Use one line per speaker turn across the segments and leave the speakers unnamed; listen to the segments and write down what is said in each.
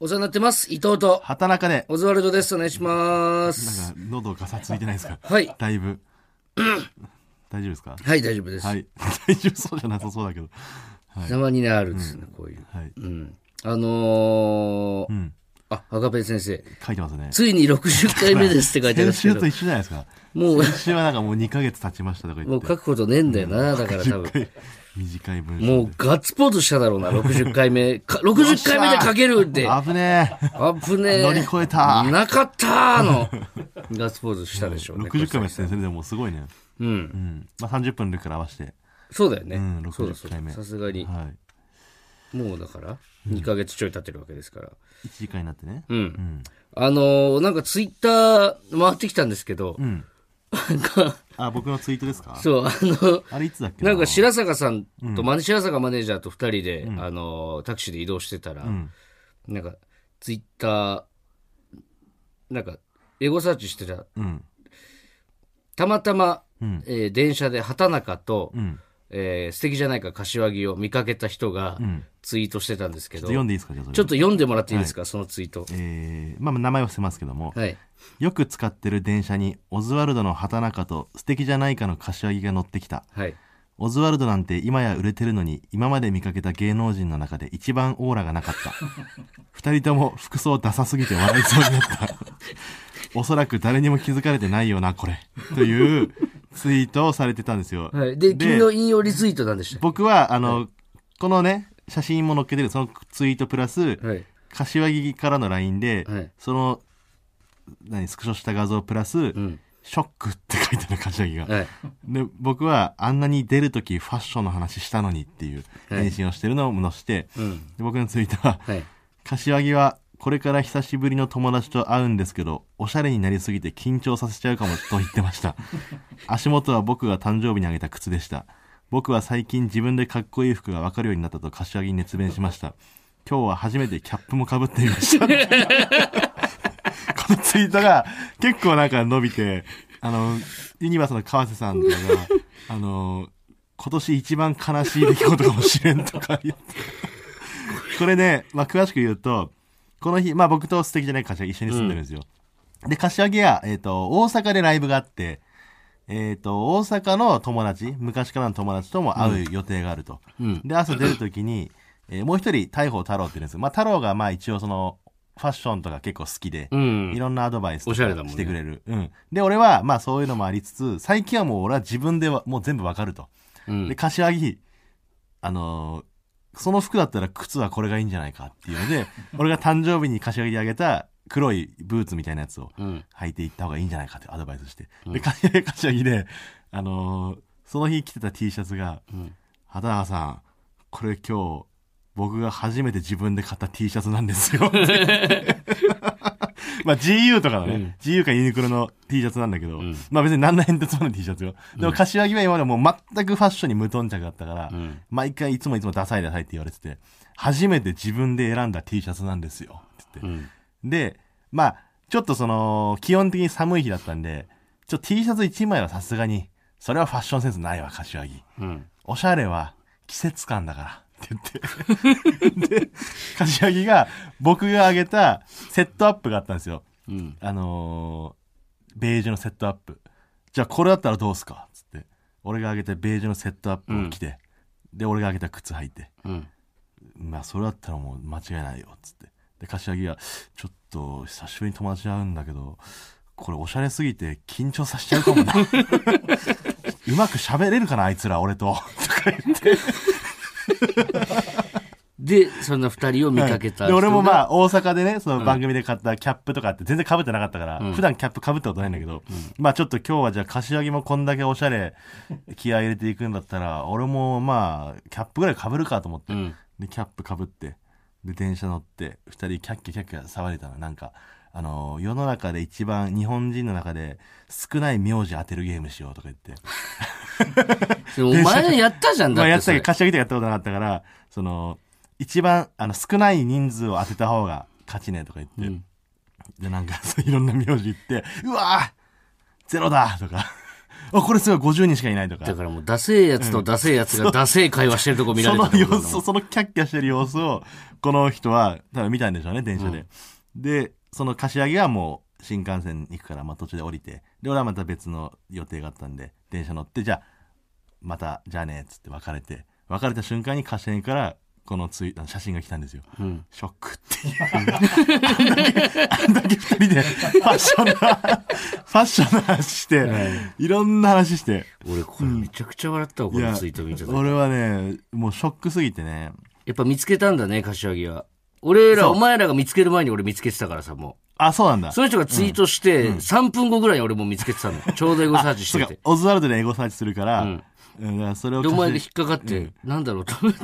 お世話になってます。伊藤と、
畑中で、
オズワルドです。お願いしま
な
す。
んか喉がさついてない ですか
はい。
だいぶ。大丈夫ですか
はい、大丈夫です。
はい。大丈夫そうじゃなさそうだけど。
たまにね、あるんですね、こういう。
はい。
うん。あのー
うん。
あ、赤ペン先生。
書いてますね。
ついに60回目ですって書いてあるんで
先
すけ
週と
ど、
一緒じゃないですか。
もう、
先週はなんかもう2ヶ月経ちましたとか
も
言っ
う
て。
書くことねえんだよな、だから多分。
10回短い文章で。
もうガッツポーズしただろうな、60回目。か60回目で書けるって。
危ねえ。
あぶねえ。
乗り越えた
なかったー の。ガッツポーズしたでしょうね。
60回目ですね。それでもうすごいね。
う。
うんん。まあ30分でから合わせて。
そうだよね。
うん、
そうだそ
60
うだ
回目。
さすがに。
はい。
もうだから、2ヶ月ちょい経ってるわけですから。
1時間になってね。
うん。
うん。
あのーなんかツイッター回ってきたんですけど、
うん。
なんか、
あ、僕のツイートですか
そう、あの、
あれいつだっけ
なんか白坂さんと、マネ白坂マネージャーと2人で、あのータクシーで移動してたら、
うん。
なんか、ツイッター、なんか、エゴサーチしてたら、
うん。
たまたま、
うん。
えー電車で畑中と、
うん。
えー素敵じゃないか柏木を見かけた人が
ん
ツイートしてたんですけど、
読んでいいですかじゃあそれ
ちょっと読んでもらっていいですか、そのツイート。
えーまあ、名前は伏せますけども、
はい。
よく使ってる電車にオズワルドの畑中と素敵じゃないかの柏木が乗ってきた
はい。
オズワルドなんて今や売れてるのに今まで見かけた芸能人の中で一番オーラがなかった 二人とも服装ダサすぎて笑いそうに なったおそらく誰にも気づかれてないよなこれというツイートをされてたんですよ、
はい、で、君の引用リツイートなんでしたっ
僕はあの、このね写真も載っけてるそのツイートプラス、
けはい。
柏木からの LINE で、
はい
その何スクショした画像プラス、
うん。
ショックって書いてある柏木が、
はい。
で僕はあんなに出る時ファッションの話したのにっていう
はい
返信をしてるのを載して、
うん。
で僕のツイートは
はい。
「柏木はこれから久しぶりの友達と会うんですけどおしゃれになりすぎて緊張させちゃうかも」と言ってました 足元は僕が誕生日にあげた靴でした僕は最近自分でかっこいい服が分かるようになったと柏木に熱弁しました今日は初めてキャップもかぶってみましたこのツイートが結構なんか伸びてあのユニバースの川瀬さんとかがあの今年一番悲しい出来事かもしれんとか言ってこれね、まあ、詳しく言うとこの日、まあ、僕と素敵じゃない柏木一緒に住んでるんですよ、で柏木は、えー、と大阪でライブがあってえー、と大阪の友達昔からの友達とも会う予定があると、
うん。
で朝出る時に、えーもう一人大鵬太郎っていうんですまあ太郎がまあ一応そのファッションとか結構好きで、
うん
い。ろんなアドバイスと
お
か
しゃれだもんね
してくれる、うん、で俺はまあそういうのもありつつ最近はもう俺は自分ではもう全部わかると、
うん
で柏木あのーその服だったら靴はこれがいいんじゃないかっていうの で俺が誕生日に柏木にあげた黒いブーツみたいなやつを
うん。
履いていった方がいいんじゃないかってアドバイスして、
うん
で柏木柏木で、あのーその日着てた T シャツが
うん。
畑中さん、これ今日、僕が初めて自分で買った T シャツなんで すよ。まあ GU とかのね、
うん
GU かユニクロの T シャツなんだけど、
うん
まあ別に何の変哲もない T シャツよ。でも柏木は今までもう全くファッションに無頓着だったから、
うん。
毎回いつもいつもダサいダサいって言われてて、初めて自分で選んだ T シャツなんですよ。って言って。
うん。
で、まあ、ちょっとその、基本的に寒い日だったんで、ちょっと T シャツ1枚はさすがに、それはファッションセンスないわ、柏木。
うん。
おしゃれは季節感だから。って言って。 で、柏木が僕があげたセットアップがあったんですよ。
うん。
あのーベージュのセットアップ。じゃあこれだったらどうすかつって。俺があげたベージュのセットアップを着て。で、俺があげた靴履いて。
うん。
まあ、それだったらもう間違いないよ。つって。で、柏木が、ちょっと久しぶりに友達に会うんだけど、これおしゃれすぎて緊張させちゃうかも な。うまく喋れるかなあいつら、俺と。
で、そんな二人を見かけた
で
人が。
俺も
あ。
まあ大阪でねその番組で買ったキャップとかって全然被ってなかったから、
うん
普段キャップ被ったことないんだけど、まあちょっと今日はじゃあ柏木もこんだけおしゃれ気合い入れていくんだったら俺もまあキャップぐらい被るかと思って、
うん。
でキャップ被ってで電車乗って2人キャッキャキャッキャ騒いでたのなんか、あのー世の中で一番日本人の中で少ない名字当てるゲームしようとか言って
でもお前やったじゃん、だ
まあ
っ
やって
そ
てたけ
れ。
ど柏木とかやったことなかったからその一番あの少ない人数を当てた方が勝ちねとか言って。
うん
で、なんか、そういろんな名字言って、うわーゼロだとか、 あ、これすごい50人しかいないとか。
だからもう、ダセえやつとダセえやつがダセえ会話してるとこ見ら
そ
れて
の
た
様子、そのキャッキャしてる様子を、この人は多分見たんでしょうね、電車で。で、その柏木はもう新幹線行くから、まあ途中で降りて、で、俺はまた別の予定があったんで、電車乗って、じゃあ、また、じゃあね、つって別れて、別れた瞬間に柏木から、このツイあの写真が来たんですよ。
うん。
ショックっていう。あんだけ、あんだけ二人でファッ ションの、ファッションの話して、いろんな話して。
俺、これめちゃくちゃ笑ったわ、こ
いや
のツイート見た時。
俺はね、もうショックすぎてね、
やっぱ見つけたんだね、柏木は。俺ら、
そう
お前らが見つける前に俺見つけてたからさ、も
あ、そうなんだ
う。。その人がツイートして、3分後ぐらいに俺も見つけてたの。ちょうどエゴサーチし
そう
て
か
て。、
オズワルドでエゴサーチするから、
う
うんん、だからそれを
で、お前が
貸
引
し
っかかって、なんだろうと思って、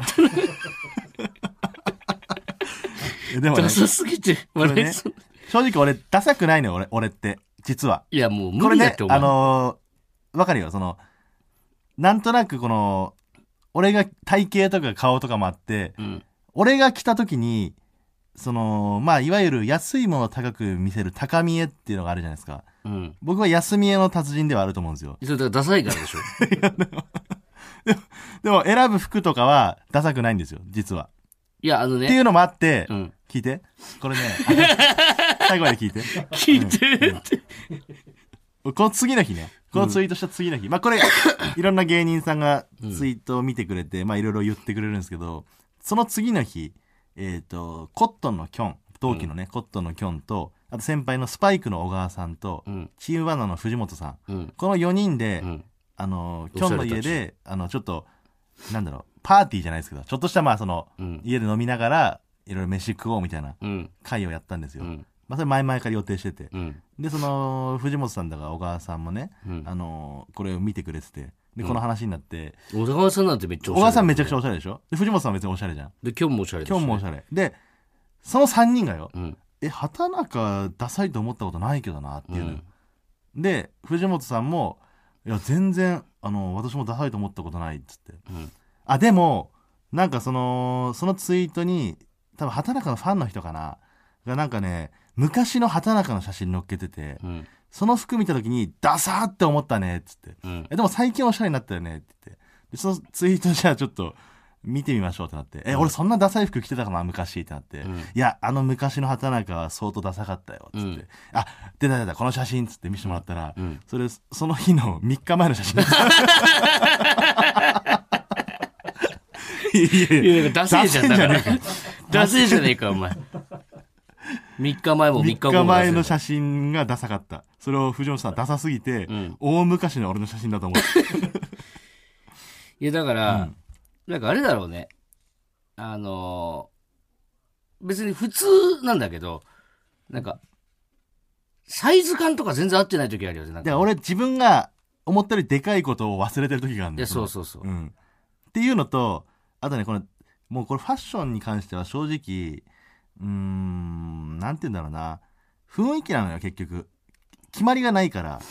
え でもね、
ダサすぎて笑
これ
い
ね
そう。
正直俺、ダサくないのよ、俺、俺って、実は。
いや、もう
こ
無
れ
理だっ
ね
て、お前。
あのーわかるよ、その、なんとなくこの、俺が体型とか顔とかもあって、
うん。
俺が着た時に、その、まあ、いわゆる安いものを高く見せる高見えっていうのがあるじゃないですか。
うん。
僕は安見えの達人ではあると思うんですよ。
それだからダサいからでしょ。
でも、選ぶ服とかは、ダサくないんですよ、実は。
いや、あの
ってい
ね。
うのもあって、
うん。
聞いて。これね、 最後まで聞いて。
聞いてって。
この次の日ね、このツイートした次の日。まあ これ、いろんな芸人さんがツイートを見てくれて、まあいろいろ言ってくれるんですけど、その次の日、えっ、と、コットンのキョン、同期のね、コットンのキョンと、あと先輩のスパイクの小川さんと、
うん。
チームワナの藤本さん。
うん。
この4人で、
うん。
あの、
お
キ
しゃ
ョ
れ
ンの家で、あの、ちょっと、なんだろう、パーティーじゃないですけど、ちょっとしたまあその、
うん。
家で飲みながら、いろいろ飯食おうみたいな
うん。
会をやったんで
う
すよ。
ん。
まあそれ前々から予定してて。
うん。
で、その、藤本さんだから小川さんもね、
うん
あのーこれを見てくれてて。で、
うん
この話になって、
小川さんなんてめっちゃおしゃれ。
小川さんめちゃくちゃ
ゃ。
おしゃれでしょで、藤本さんは別におしゃれじゃん。
で、今日もおしゃれでしょ
今日もおしゃれ。で、その3人がよ、
うん。
え、畑中ダサいと思ったことないけどな、っていうのよ、
ん
で、藤本さんも、いや、全然、あの、私もダサいと思ったことない、っつって。
うん。
あ、でも、なんかその、そのツイートに、多分畑中のファンの人かな、がなんかね、昔の畑中の写真載っけてて、
うん。
その服見た時に、ダサーって思ったね、っつって。
うん。
えでも最近おしゃれになったよねって言ってでそのツイートじゃあちょっと見てみましょうってなって、え
うん
俺そんなダサい服着てたかな昔ってなって、
うん
いやあの昔の畑中は相当ダサかったよっつって、
うん
あ出た出たこの写真っつって見せてもらったら、
うん。
それその日の3日前の写真ですいやい や
いや、なんかダセえじゃん、だから。ダセえじゃねえか、お前。3日前も3日
3
後も
日前
真。
の写真がダサかったそれを藤本さんはダサすぎて、
うん
大昔の俺の写真だと思って
いや、だか
う
ら
ん、
なんかあれだろうね。あのー、別に普通なんだけど、なんか、サイズ感とか全然合ってない時あるよね。なん
で
か
俺自分が思ったよりでかいことを忘れてる時があるん
い
だ
や、
よ
そうそうそう
う。ん、っていうのとあとねこのもうこれファッションに関しては正直うーんなんて言うんだろうな雰囲気なのよ結局決まりがないからだか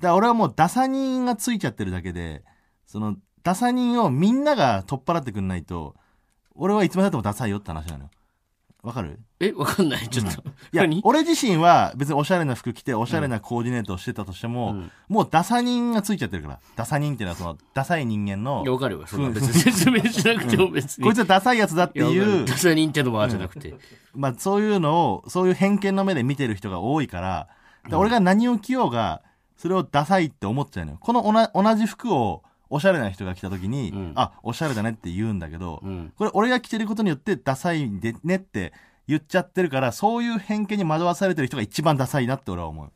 ら俺はもうダサ人がついちゃってるだけでそのダサ人をみんなが取っ払ってくんないと俺はいつまでたってもダサいよって話なのよわかる
え、わかんない。ちょっと。
いや
何
俺自身は別におしゃれな服着ておしゃれなコーディネートをしてたとして
う
も、
ん
もうダサ人がついちゃってるからダサ人っていうのはそのダサい人間の
いや、わかるよ。そんな
うん
別に説明しなくても別に。
こいつはダサいやつだって
やわかる
いう
ダ、サ人ってのはじゃなくて。
まあそういうのを、そういう偏見の目で見てる人が多いから、だから俺が何を着ようが、それをダサいって思っちゃうのよ。このおな同じ服をおしゃれな人が着た時に、
うん
あ、おしゃれだねって言うんだけど、
うん。
これ俺が着てることによってダサいんでねって言っちゃってるから、そういう偏見に惑わされてる人が一番ダサいなって俺は思う。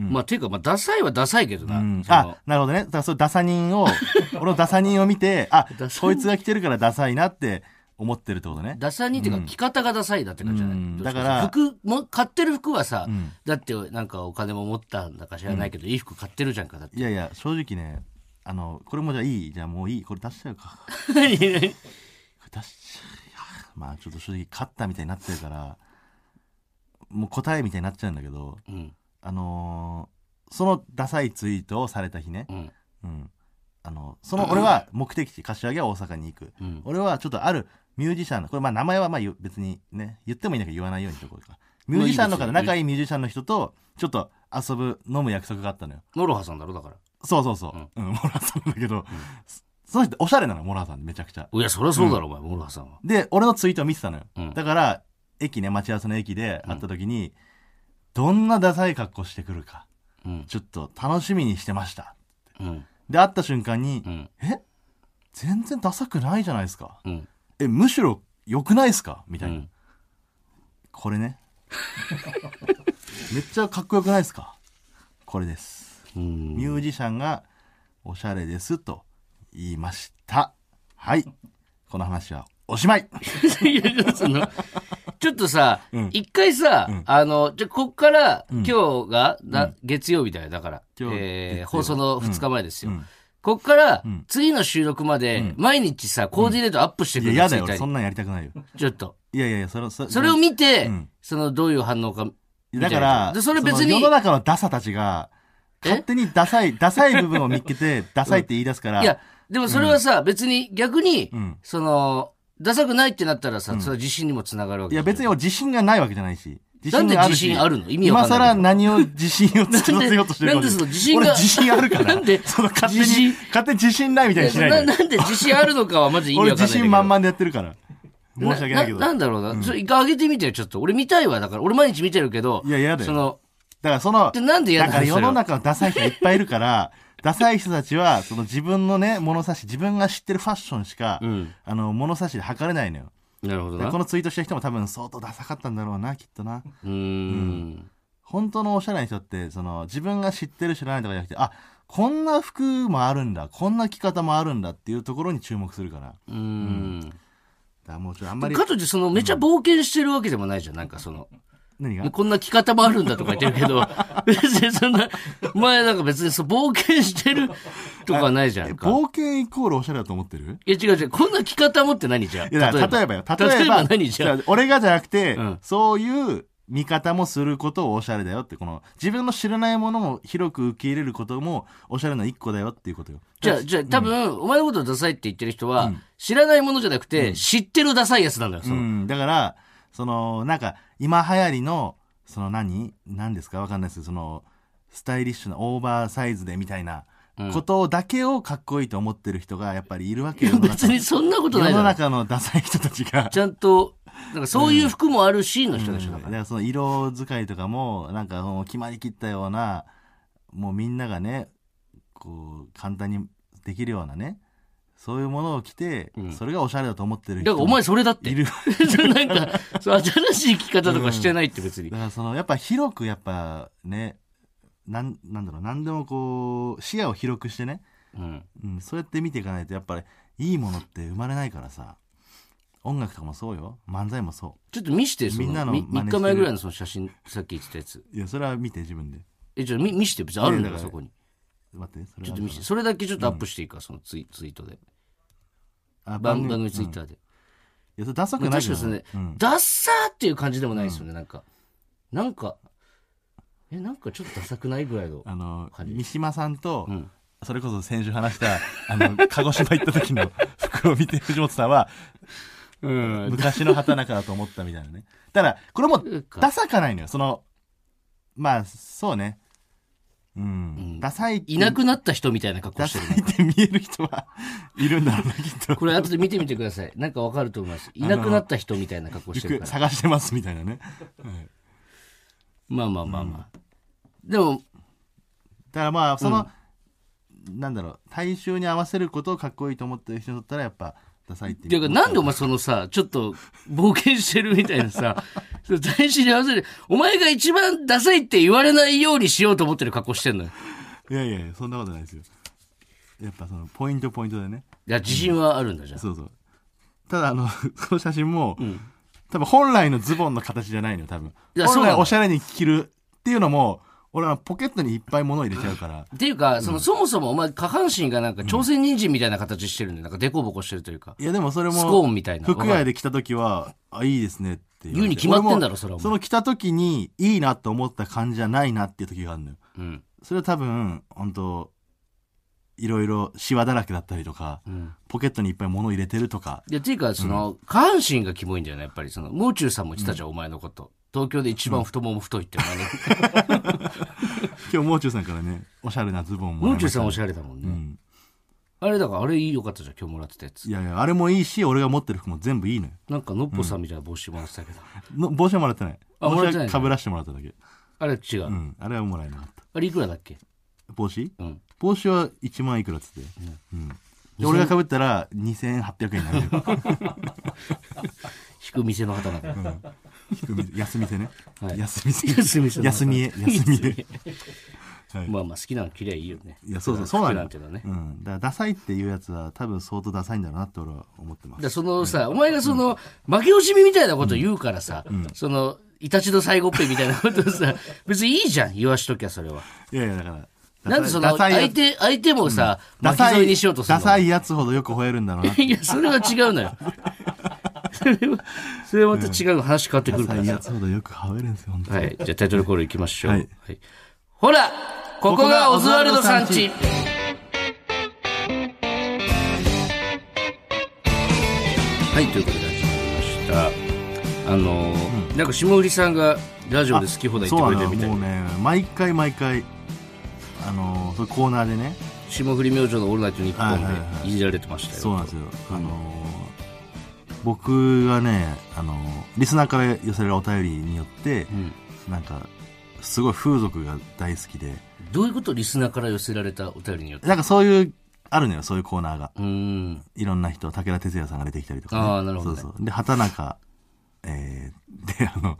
うん
まあ、ていうか、まあ、ダサいはダサいけどな。
うん
その
あ、なるほどね。だからそのダサ人 を、俺のダサ人を見て、あ
ダ、サい
こいつが着てるからダサいなって思ってるってことね。
ダサにっていうか、着方がダサいだって感じじゃない、
うん
どっち
だから
っていうと服も、買ってる服はさ、
うん
だってなんかお金も持ったんだか知らないけど、いい服買ってるじゃんか、だ って。
いやいや、正直ね、あの、これもじゃあいいじゃあもういい。これ出しちゃうか。これ出しちゃういや。まあちょっと正直勝ったみたいになってるから、もう答えみたいになっちゃうんだけど、
うん。
あのーそのダサいツイートをされた日ね
う、ん。
うん。あの、その俺は目的地、柏木は大阪に行く。
うん。
俺はちょっとあるミュージシャンの、これまあ名前はまあ言う別にね、言ってもいいんだけど言わないようにしとこうか。ミュージシャンの
ま
方、
あいいですよ
仲いいミュージシャンの人と、ちょっと遊ぶ、飲む約束があったのよ。
ノロハさんだろ、だから。
そうそうそう。うん、モラハさんなんだけど、そその人おしゃれなの、モラハさんめちゃくちゃ。
いや、そりゃそうだろ、お前、モルハさんは。
で、俺のツイートを見てたのよ。
うん
だから、駅ね、待ち合わせの駅で会った時に、どんなダサい格好してくるか、
うん。
ちょっと楽しみにしてました。
うん。
で、会った瞬間に、
うん。
え全然ダサくないじゃないですか。
うん。
え、むしろ良くないですかみた
う
いな。
ん。
これね。 めっちゃかっこよくないですかこれです。
うん
ミュージシャンがおしゃれですと言いました。はい。この話はおしまい。
いやそのちょっとさ
うん、
一、回さ、
うん
あの、じゃ、こっから、
ん
今日が、な
う
月曜日だよ、だから。
今日月
えー
曜
放送の2日前ですよ。
うん
こっから、
うん
次の収録まで、毎日さ、コーディネートアップしてく
い
る
や、
のツ
やだよ。
イッ
俺
タ
そ
ーに
んなんやりたくないよ。
ちょっと。
いやいやいや、それそ
それを見て、
うん
その、どういう反応か。
だから、
でそれ別に
の世の中のダサたちが、
え
勝手にダ サい、ダサい部分を見っけて、ダサいって言い出すから、
いや、でもそれはさ、別に、逆に、
うん
その、ダサくないってなったらさ、それは自信にもつながるわけ
いや別に俺自信がないわけじゃないし。自
なんで自信あ
る
るの意
し
味わ
今
かんない
更
けど。
何を自信をつけさせようとしてるか
なんでなんでその自信が
俺自信あるか ら。
なんで
その勝手
自
に
信、
勝手に自信ないみたいにしない
や
で。
ななんで自信あるのかはまず意味わ
俺
かんないんだ
自
けど。
信満々でやってるから。申し訳ないけど。
な
だ
んだろうな。それ一回上げてみてよ、ちょっと。俺見たいわ。だから、俺毎日見てるけど。
いや嫌だよ
その、
からその、
でなんで嫌
だ
な
から
の
世
そ
の
れは
中のダサい人いっぱいいるから、ダサい人たちは、その自分のね、物差し、自分が知ってるファッションしか、
うん
あの、物差しで測れないのよ。
なるほど
で
な。
こ
う
のツイートした人も多分相当ダサかったんだろうな、きっとな。
ーん。
本当のおしゃれな人ってその自分が知ってる知らないとかじゃなくてあこんな服もあるんだこんな着方もあるんだっていうところに注目するからだか
うーん。
らもうちょっとあんまり
かといって、その、めちゃ冒険してるわけでもないじゃん。なんかその、
何が
こんな着方もあるんだとか言ってるけ ど、別にそんな、お前なんか別にそう冒険してるとかはないじゃ
え
んか。
冒険イコールおしゃれだと思ってる
いや違う違う。こんな着方もって何じゃん。
いやだから例えばよ例えば
例えば何じゃん。
違う俺がじゃなくて、
うん
そういう見方もすることをおしゃれだよってこの自分の知らないものも広く受け入れることもおしゃれの一個だよっていうことよ
じゃあ、じゃあ、多分、お前のことダサいって言ってる人は、知らないものじゃなくて、知ってるダサいやつなんだよ、そうの。
ん、だからそのなんか今流行りのその何何ですかわかんないですけどそのスタイリッシュなオーバーサイズでみたいなことだけをかっこいいと思ってる人がやっぱりいるわけよ世の中
別にそんなことない
世
だ
の
ろ。
中のダサい人たちが。
ちゃんと、なんかそういう服もあるし、の人
うん
でしょ、だ
だ
か。
かららその色使いとかもなんかもう決まりきったようなもうみんながねこう簡単にできるようなねそういうものを着て、
うん
それがおしゃれだと思ってる
だから
人
お
も
前それだって。
いる
なんか、そう新しい着方とかしてないって別に
だ。からそのやっぱ広くやっぱねなんなんだろう何でもこう視野を広くしてね、
うん。
うん、そうやって見ていかないとやっぱりいいものって生まれないからさ音楽とかもそうよ漫才もそ
ちょっと見して、その、
みんなの真似してる
3日前ぐらいのその写真、さっき言ってたやつ。
ういやそれは見て自分で
え、じゃあ見見して、別にあるんだ
い
よ、
やだか
そ
ら
こに。
待ってそれ
ちょ
は
っと見して。それだけちょっとアップしていいか、そのツイツイートで。
あ
番番組ツイッ
うんい
ターで。
やそれダサく
まあ
ない
確
け
か
ど
にそれね
うん、
ダッサーっていう感じでもないですよね、なんか。なんか、え、なんかちょっとダサくないぐらいの。
あの
感じ
三島さんと、
ん
それこそ先週話したあの鹿児島行った時の服を見て藤本さんは
うん。
昔の畑中だと思ったみたいなね。だから、これもダサかないのよ。その、まあ、そうね。うん。ダサいって、
いなくなった人みたいな格好
ダ
して
サ
る。
いって見える人はいるんだろうな、きっと。
これ後で見てみてください。なんかわかると思います。いなくなった人みたいな格好してる
行
か
く
ら。
探してますみたいなね。はい
まあまあまあまあ。でも、
だからまあ、その、なんだろう、大衆に合わせることをかっこいいと思ってる人だったら、やっぱ、ダサいっ
て
てい
いう
う。
かなんでお前そのさ、ちょっと冒険してるみたいなさ、 その大事に合わせる。お前が一番ダサいって言われないようにしようと思ってる格好してんのよ。
いやいやいや、そんなことないですよ。やっぱその、ポイントポイントでね。
いや、自信はあるんだじゃん。
そうそう。ただ、あの、こ の写真も、多分本来のズボンの形じゃないのよ、多分。
いやそう
本
なの
来おしゃれに着るっていうのも、俺はポケットにいっぱい物を入れちゃうから。
っていうか、その、そもそもお前下半身がなんか朝鮮人参みたいな形してるんで、なんかデコボコしてるというか、
いや、でもそれも、
スコーンみたいな。
服屋で着た時は、あ、いいですねって言われ
言うに決まってんだろ
俺も
それはお前
その着た時に、いいなと思った感じじゃないなっていう時があるのよ。
うん。
それは多分、本当いろいろシワだらけだったりとか、
うん。
ポケットにいっぱい物を入れてるとか、
いや、っていうか、その、下半身がキモいんだよね、やっぱり。その、もう中さんも言ってたじゃん、お前のこと。東京で一番太もも太いっていうのはね。
今日もう中さんからねおしゃれなズボンも
もう
らい
中
ました
さんお
ね
しゃれだもんね。
ん
あれだから、あれいいよかったじゃん、今日もらってたやつ
い。やいやあれもいいし俺が持ってる服も全部いいのよ
なんか、のっぽさんみたいな帽子もらってたけど。
の帽子はもらってない
あもらってない
帽子はかぶらしてもらっただけ
あれ違う。
うんあれはもらえなかった
あれいくらだっけ
帽子
うん。
帽子は1万いくらっつって、うんで俺がかぶったら2800円になるよ
引く店の方なんだ。
低め安店ね、
はい
安店
安店の
安見え安見えは い
まあまあ、好きなの着りゃいいよね。
いやそうそうそうな
服
ん
な
だ
んてのはね。
うん、だからダサいっていうやつは多分相当ダサいんだろうなって俺は思ってま
だ か
す
らそのさ、お前がその、負け惜しみみたいなこと言うからさ、その、イタチの最後っぺみたいなこと さ、別にいいじゃん、言わしときゃそれは。
いやいやだから
なんでそ
ダ
の、
サいや
相
つ
手、相手もさ、巻き
ダサ
添
い
えにしようとする
ダ
の。
サいやつほどよく吠えるんだろうな
いや、それは違うの よ。それは、それはまた違うの話変わってく
ダ
るか
サい
ら
や
さ。
つほどよく吠えるんですよ本当に、
はい。じゃあタイトルコールいきましょう。は
はいい。
ほらここがオズワルドさんちはい、ということで始まりました。あのーなんか下売さんがラジオで好き放題言ってくれてるみたい
そう
な。
なのよもうね毎回毎回あのーそういうコーナーでね
霜降り明星のオールナイトニッポ
はいはい
ン
は
で
い
いじられてましたよ。
そうなんですよ、あのー僕がね、あのーリスナーから寄せられるお便りによって
う、ん。
なんかすごい風俗が大好きで
どういうことリスナーから寄せられたお便りによって。
なんかそういうあるのよそういうコーナーが
うーん。
いろんな人武田鉄矢さんが出てきたりとか、
あーなるほどね
そうそうで畑中えー、であの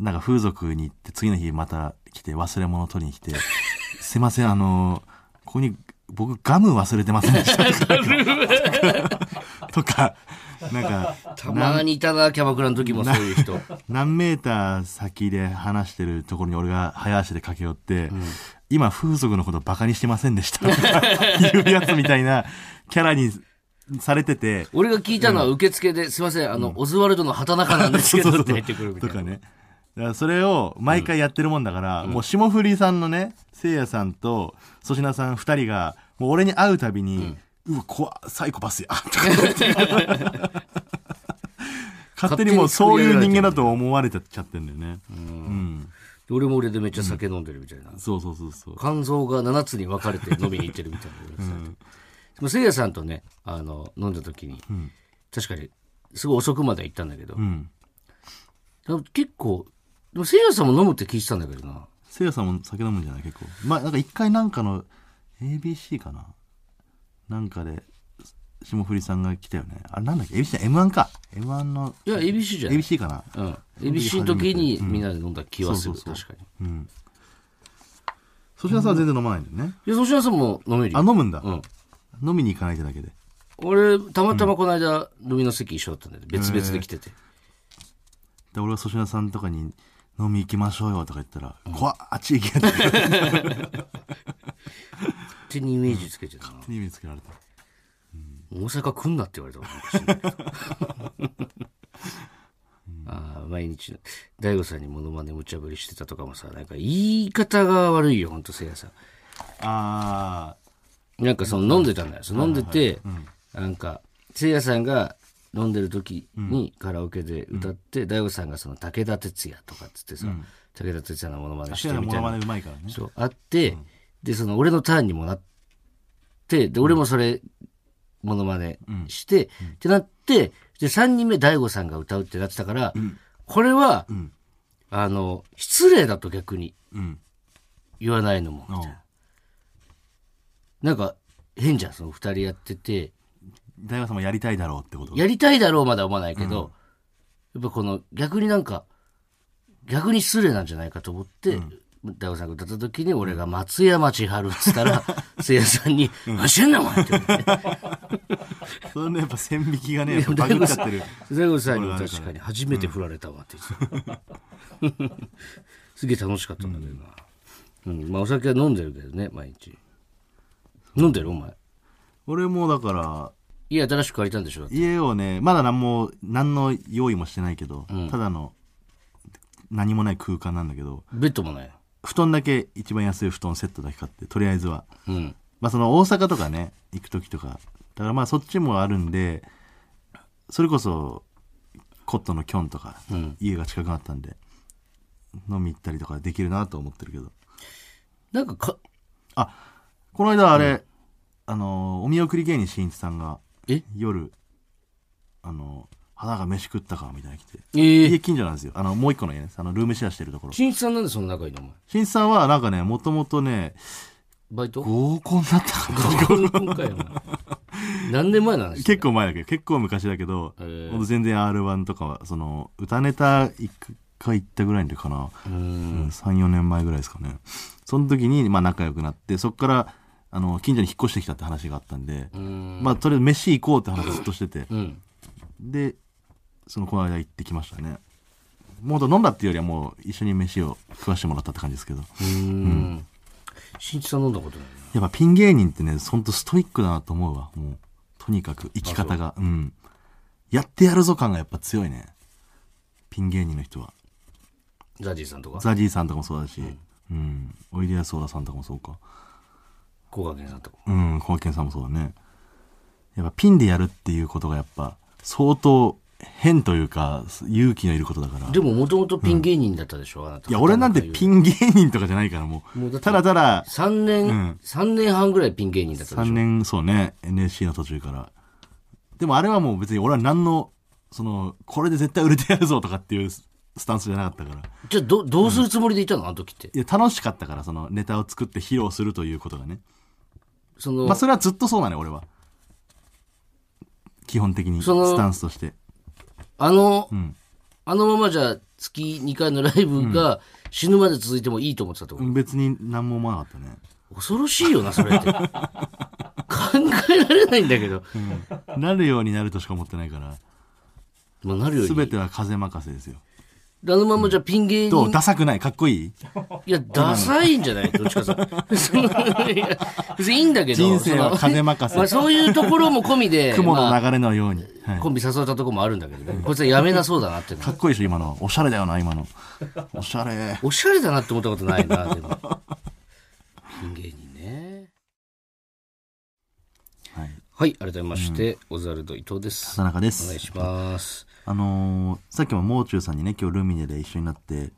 なんか風俗に行って次の日また来て忘れ物取りに来て 「すいませんあのここに僕ガム忘れてませんでした」 とかなんか
たまにいたな、キャバクラの時もそういう人。
何メーター先で話してるところに俺が早足で駆け寄って、今風俗のことバカにしてませんでしたと か言うやつみたいなキャラにされてて
俺が聞いたのは受付で、すいません、あの、オズワルドの畑中なんですけどって入ってくるみた
と
いな。
かねだからそれを毎回やってるもんだから、もう霜降りさんのねせいやさんと粗品さん2人がもう俺に会うたびに「うわ怖っサイコパスや」とか言って 勝手にもうそういう人間だと思われちゃってんだよね、うん、
で俺も俺でめっちゃ酒飲んでるみたいな。
そうそうそうそう
肝臓が7つに分かれて飲みに行ってるみたいな。でもせいやさんとね、あの、飲んだ時に、確かに、すごい遅くまで行ったんだけど、
うん
でも結構、でもせいやさんも飲むって聞いてたんだけどな。
せいやさんも酒飲むんじゃない結構まあなんか一回なんかの ABC かななんかで霜降りさんが来たよねあれなんだっけ ABC じゃない M1 か M1 の
いや、ABC じゃない。
ABC かな
うん。ABC の時にみんなで飲んだ気はする、
うんそうそうそう
確かに。
うん粗品さんは全然飲まないんだよね、
いや、粗品さんも飲めるよ
あ飲むんだ、
うん。
飲みに行かないってだけで
俺、たまたまこの間、飲みの席一緒だったんだよね。別々で来てて。
で俺は粗品さんとかに飲み行きましょうよとか言ったら「怖っあっち行け」って勝
手にイメージつけてたな、
手に見つけられた
大阪来んなって言われたもん昔ね ああ毎日大悟さんにモノマネ無茶ぶりしてたとかもさなんか言い方が悪いよほんとせいやさ
あ
んなんかその飲んでたんだよその飲んでて、なんかせいやさんが飲んでる時にカラオケで歌って、大悟さんがその武田鉄矢とかっつってさ、武田鉄矢のモノマネ
あ
して
確かに
み
モ
た
ノ
いな
マネうまいからね
そう、あって、で、その、俺のターンにもなって、で、俺もそれ、モノマネして、ってなって、で、3人目、大悟さんが歌うってなってたから、これは、
ん
あの、失礼だと逆に
うん
言わないのも、みたいな。なんか、変じゃん、その二人やってて、
大悟さんもやりたいだろうってこと
やりたいだろうまでは思わないけど、やっぱこの、逆になんか、逆に失礼なんじゃないかと思って、大悟さんが歌った時に俺が松山千春っつった ら、せいやさんに、わしやんなお前って言われて。
それねやっぱ線引きがねやっぱバグっちゃってる
大悟さんに確かに初めて振られたわって言ってた。すげえ楽しかったんだけどな。うん、まあお酒は飲んでるけどね、毎日。飲んでるお前。
俺もだから
家新しく借りたんでしょだって
家をねまだ何も何の用意もしてないけど、ただの何もない空間なんだけど
ベッドもない。
布団だけ一番安い布団セットだけ買ってとりあえずは、
うん。
まあ、その大阪とかね行く時とかだからまあそっちもあるんでそれこそコットンのキョンとか、家が近くなったんで飲み行ったりとかできるなと思ってるけど
なんかか、
この間あれ、あのお見送り芸人しんいちさんが
え
夜あの花が飯食ったかみたいに来て
ええ
家近所なんですよあのもう一個の家ねあのルームシェアしてるところし
しんいちさんなんでそんな仲いいのお前。
んいちさんはなんかねもともとね
バイト
合コンだったかな
合コンかよ。何年前の話
結。構前だけど結構昔だけど、
へえ
ほんと全然 r 1とかはその歌ネタ一回行ったぐらいの時かな、
うーん。
34年前ぐらいですかねその時にまあ仲良くなってそこからあの近所に引っ越してきたって話があったんで、
うーん。
まあとりあえず飯行こうって話ずっとしてて
うん。
でそのこの間行ってきましたねもうほんと飲んだっていうよりはもう一緒に飯を食わしてもらったって感じですけど
うーん。しんいちさん飲んだことないな。
やっぱピン芸人ってねほんとストイックだなと思うわもうとにかく生き方がうんやってやるぞ感がやっぱ強いねピン芸人の人は
ザジーさんとか、
ザジーさんとかもそうだし、うん、おいでやす小田さんとかもそうか
高賀健さんとか。
うん、小ケンさんもそうだね。やっぱピンでやるっていうことがやっぱ相当変というか勇気のいることだから。
で
い
ももともとピン芸人だったでしょ、あなた。
や、俺なんてピ
ン。
ン芸人とかじゃないからも
もうだっ
う。
て
ただただ
3
う
年
ん、
三年半ぐらいピン芸人だったで
3
しょ。
年、そうね、NSC の途中から。でもあれはもう別に俺は何の、その、これで絶対売れてやるぞとかっていうスタンスじゃなかったから。
じゃあど、どうするつもりでいたのあの時って。
いや、楽しかったから、そのネタを作って披露するということがね。
その、
まあそれはずっとそうだね、俺は。基本的に、
その
スタンスとして。
あの、
ん
あのままじゃ月2回のライブが死ぬまで続いてもいいと思ってたってこと、
別に何も思わなかったね
恐ろしいよな、それって。 考えられないんだけど。
なるようになるとしか思ってないから
まあ、なるよ
全
り。
ては風任せですよ
あのままじゃピン芸
どう
人。
ダサくないかっこいい
いや、ダサいんじゃないどっちか さ。そのいや別にいいんだけど。
人生は
その
風任せ
まあ、そういうところも込みで、
雲
ま
の
あ
流れのように、はい
コンビ誘ったとこもあるんだけどね。こいつはやめなそうだなっていうの
かっこいいでしょ今のおしゃれだよな今のおしゃれ
おしゃれだなって思ったことないな、でも。ピン芸人ね。
はい
はい、改めまして、オザルド伊藤です。
笹中で
お願い
す
します。
あのーさっきももう中さんにね今日ルミネで一緒になって、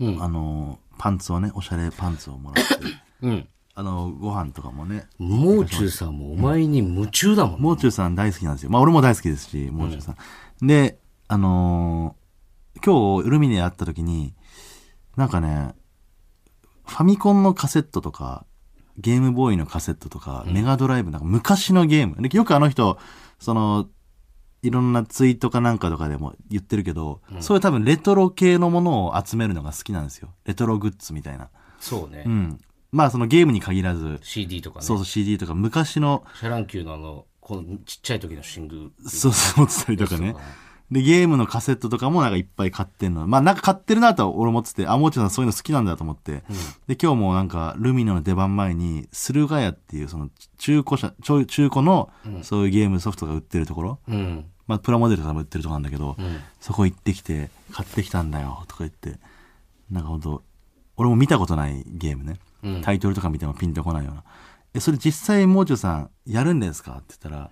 うん
あのーパンツをねおしゃれパンツをもらって
うん。
あのーご飯とかもね
もう中さんもお前に夢中だもんね。
もう中さん大好きなんですよ。まあ俺も大好きですし、もう中さん。で、あのー今日ルミネ会った時に、なんかね、ファミコンのカセットとか、ゲームボーイのカセットとか、メガドライブ、なんか昔のゲーム。でよくあの人、その、いろんなツイートかなんかとかでも言ってるけど、そういう多分レトロ系のものを集めるのが好きなんですよ。レトログッズみたいな。
そうね
う。ん。まあそのゲームに限らず、
CD とかね。
そうそう CD とか昔の、
シャランキューのあの、このちっちゃい時のシングル。
そうそう持ってたりとかね。で、ゲームのカセットとかもなんかいっぱい買ってんの。まあなんか買ってるなと俺思ってて、あ、もうちょっとそういうの好きなんだと思って。で、今日もなんかルミネの出番前に、駿河屋っていうその中古車、ちょ中古のそういうゲームソフトが売ってるところ、
うん。
まあプラモデルとかも売ってるところなんだけど、
うん。
そこ行ってきて、買ってきたんだよとか言って、なんかほんと、俺も見たことないゲームね。
うん。
タイトルとか見てもピンとこないような。え、それ実際もう中さんやるんですかって言ったら、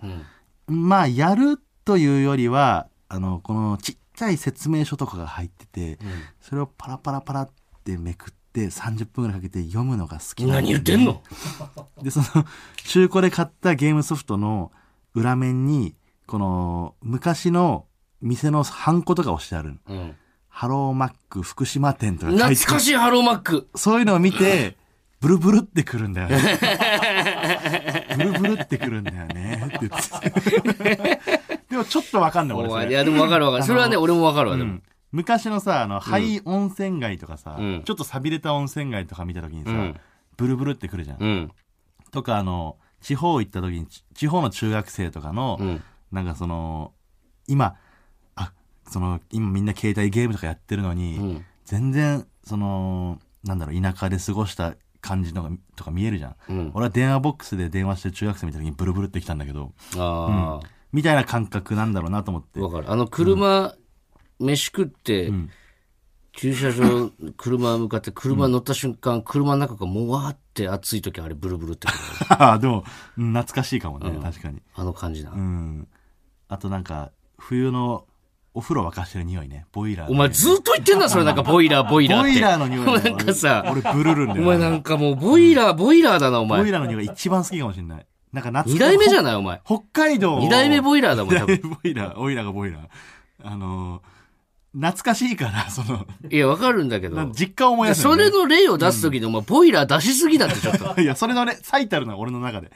うん。
まあ、やるというよりは、あの、このちっちゃい説明書とかが入ってて、それをパラパラパラってめくって30分ぐらいかけて読むのが好きな
何言ってんの
で、その、中古で買ったゲームソフトの裏面に、この、昔の店のハンコとか押してあるの
うん。
ハローマック福島店とか書いてあ
懐
る
かしいハローマック。
そういうのを見て、ブルブルってくるんだよ ね。ブルブルってくるんだよね。って言ってでもちょっとわかんない、
お
俺そ
前い
れ。
や、でも分かる分かる。それはね、俺も分かるわ、で
う
も
ん。昔のさ、あの、廃温泉街とかさ、
うん
ちょっと錆びれた温泉街とか見た時にさ、
うん
ブルブルってくるじゃん。
うん。
とか、あの、地方行った時に、ち地方の中学生とかの、
うん。
なんかその、今、あ、その、今みんな携帯ゲームとかやってるのに、
うん。
全然そのなんだろう田舎で過ごした感じのがとか見えるじゃん、
うん。
俺は電話ボックスで電話してる中学生みたいにブルブルってきたんだけど
あ
みたいな感覚なんだろうなと思っ
あ、
て、
分かる。あの、車、飯食って、
ん
駐車場、車向かって、車乗った瞬間、車の中がもわーって暑い時、あれ、ブルブルってくる。
でもうん懐かしいかもね、確かに
あの感じな。
うんあとなんか冬のお風呂沸かしてる匂いね。ボイラーの
お
匂
前
い。
ずっと言ってんな、それなんかボイラー、ボイラーって。
ボイラーの匂いだ よ
なんかさ、
俺ブルルンだ
お
よ
前なんかもうボイラー、ボイラーだな、お
ボイ
前。
ラーの匂いが一番好きかもしれない。なんか夏
二代目じゃ
ん。
ない、お前。
ほ北海道。
二代目ボイラーだもん、
二
多
代目
分。
ボイラー。オイラーがボイラー。あのー、懐かしいから、その、
いや、わかるんだけど。
なん実家を思い出す
そ
のね
れの例を出すときに、お前、ボイラー出しすぎだって、ちょっ と。
いや、それのね、最たるな、俺の中で。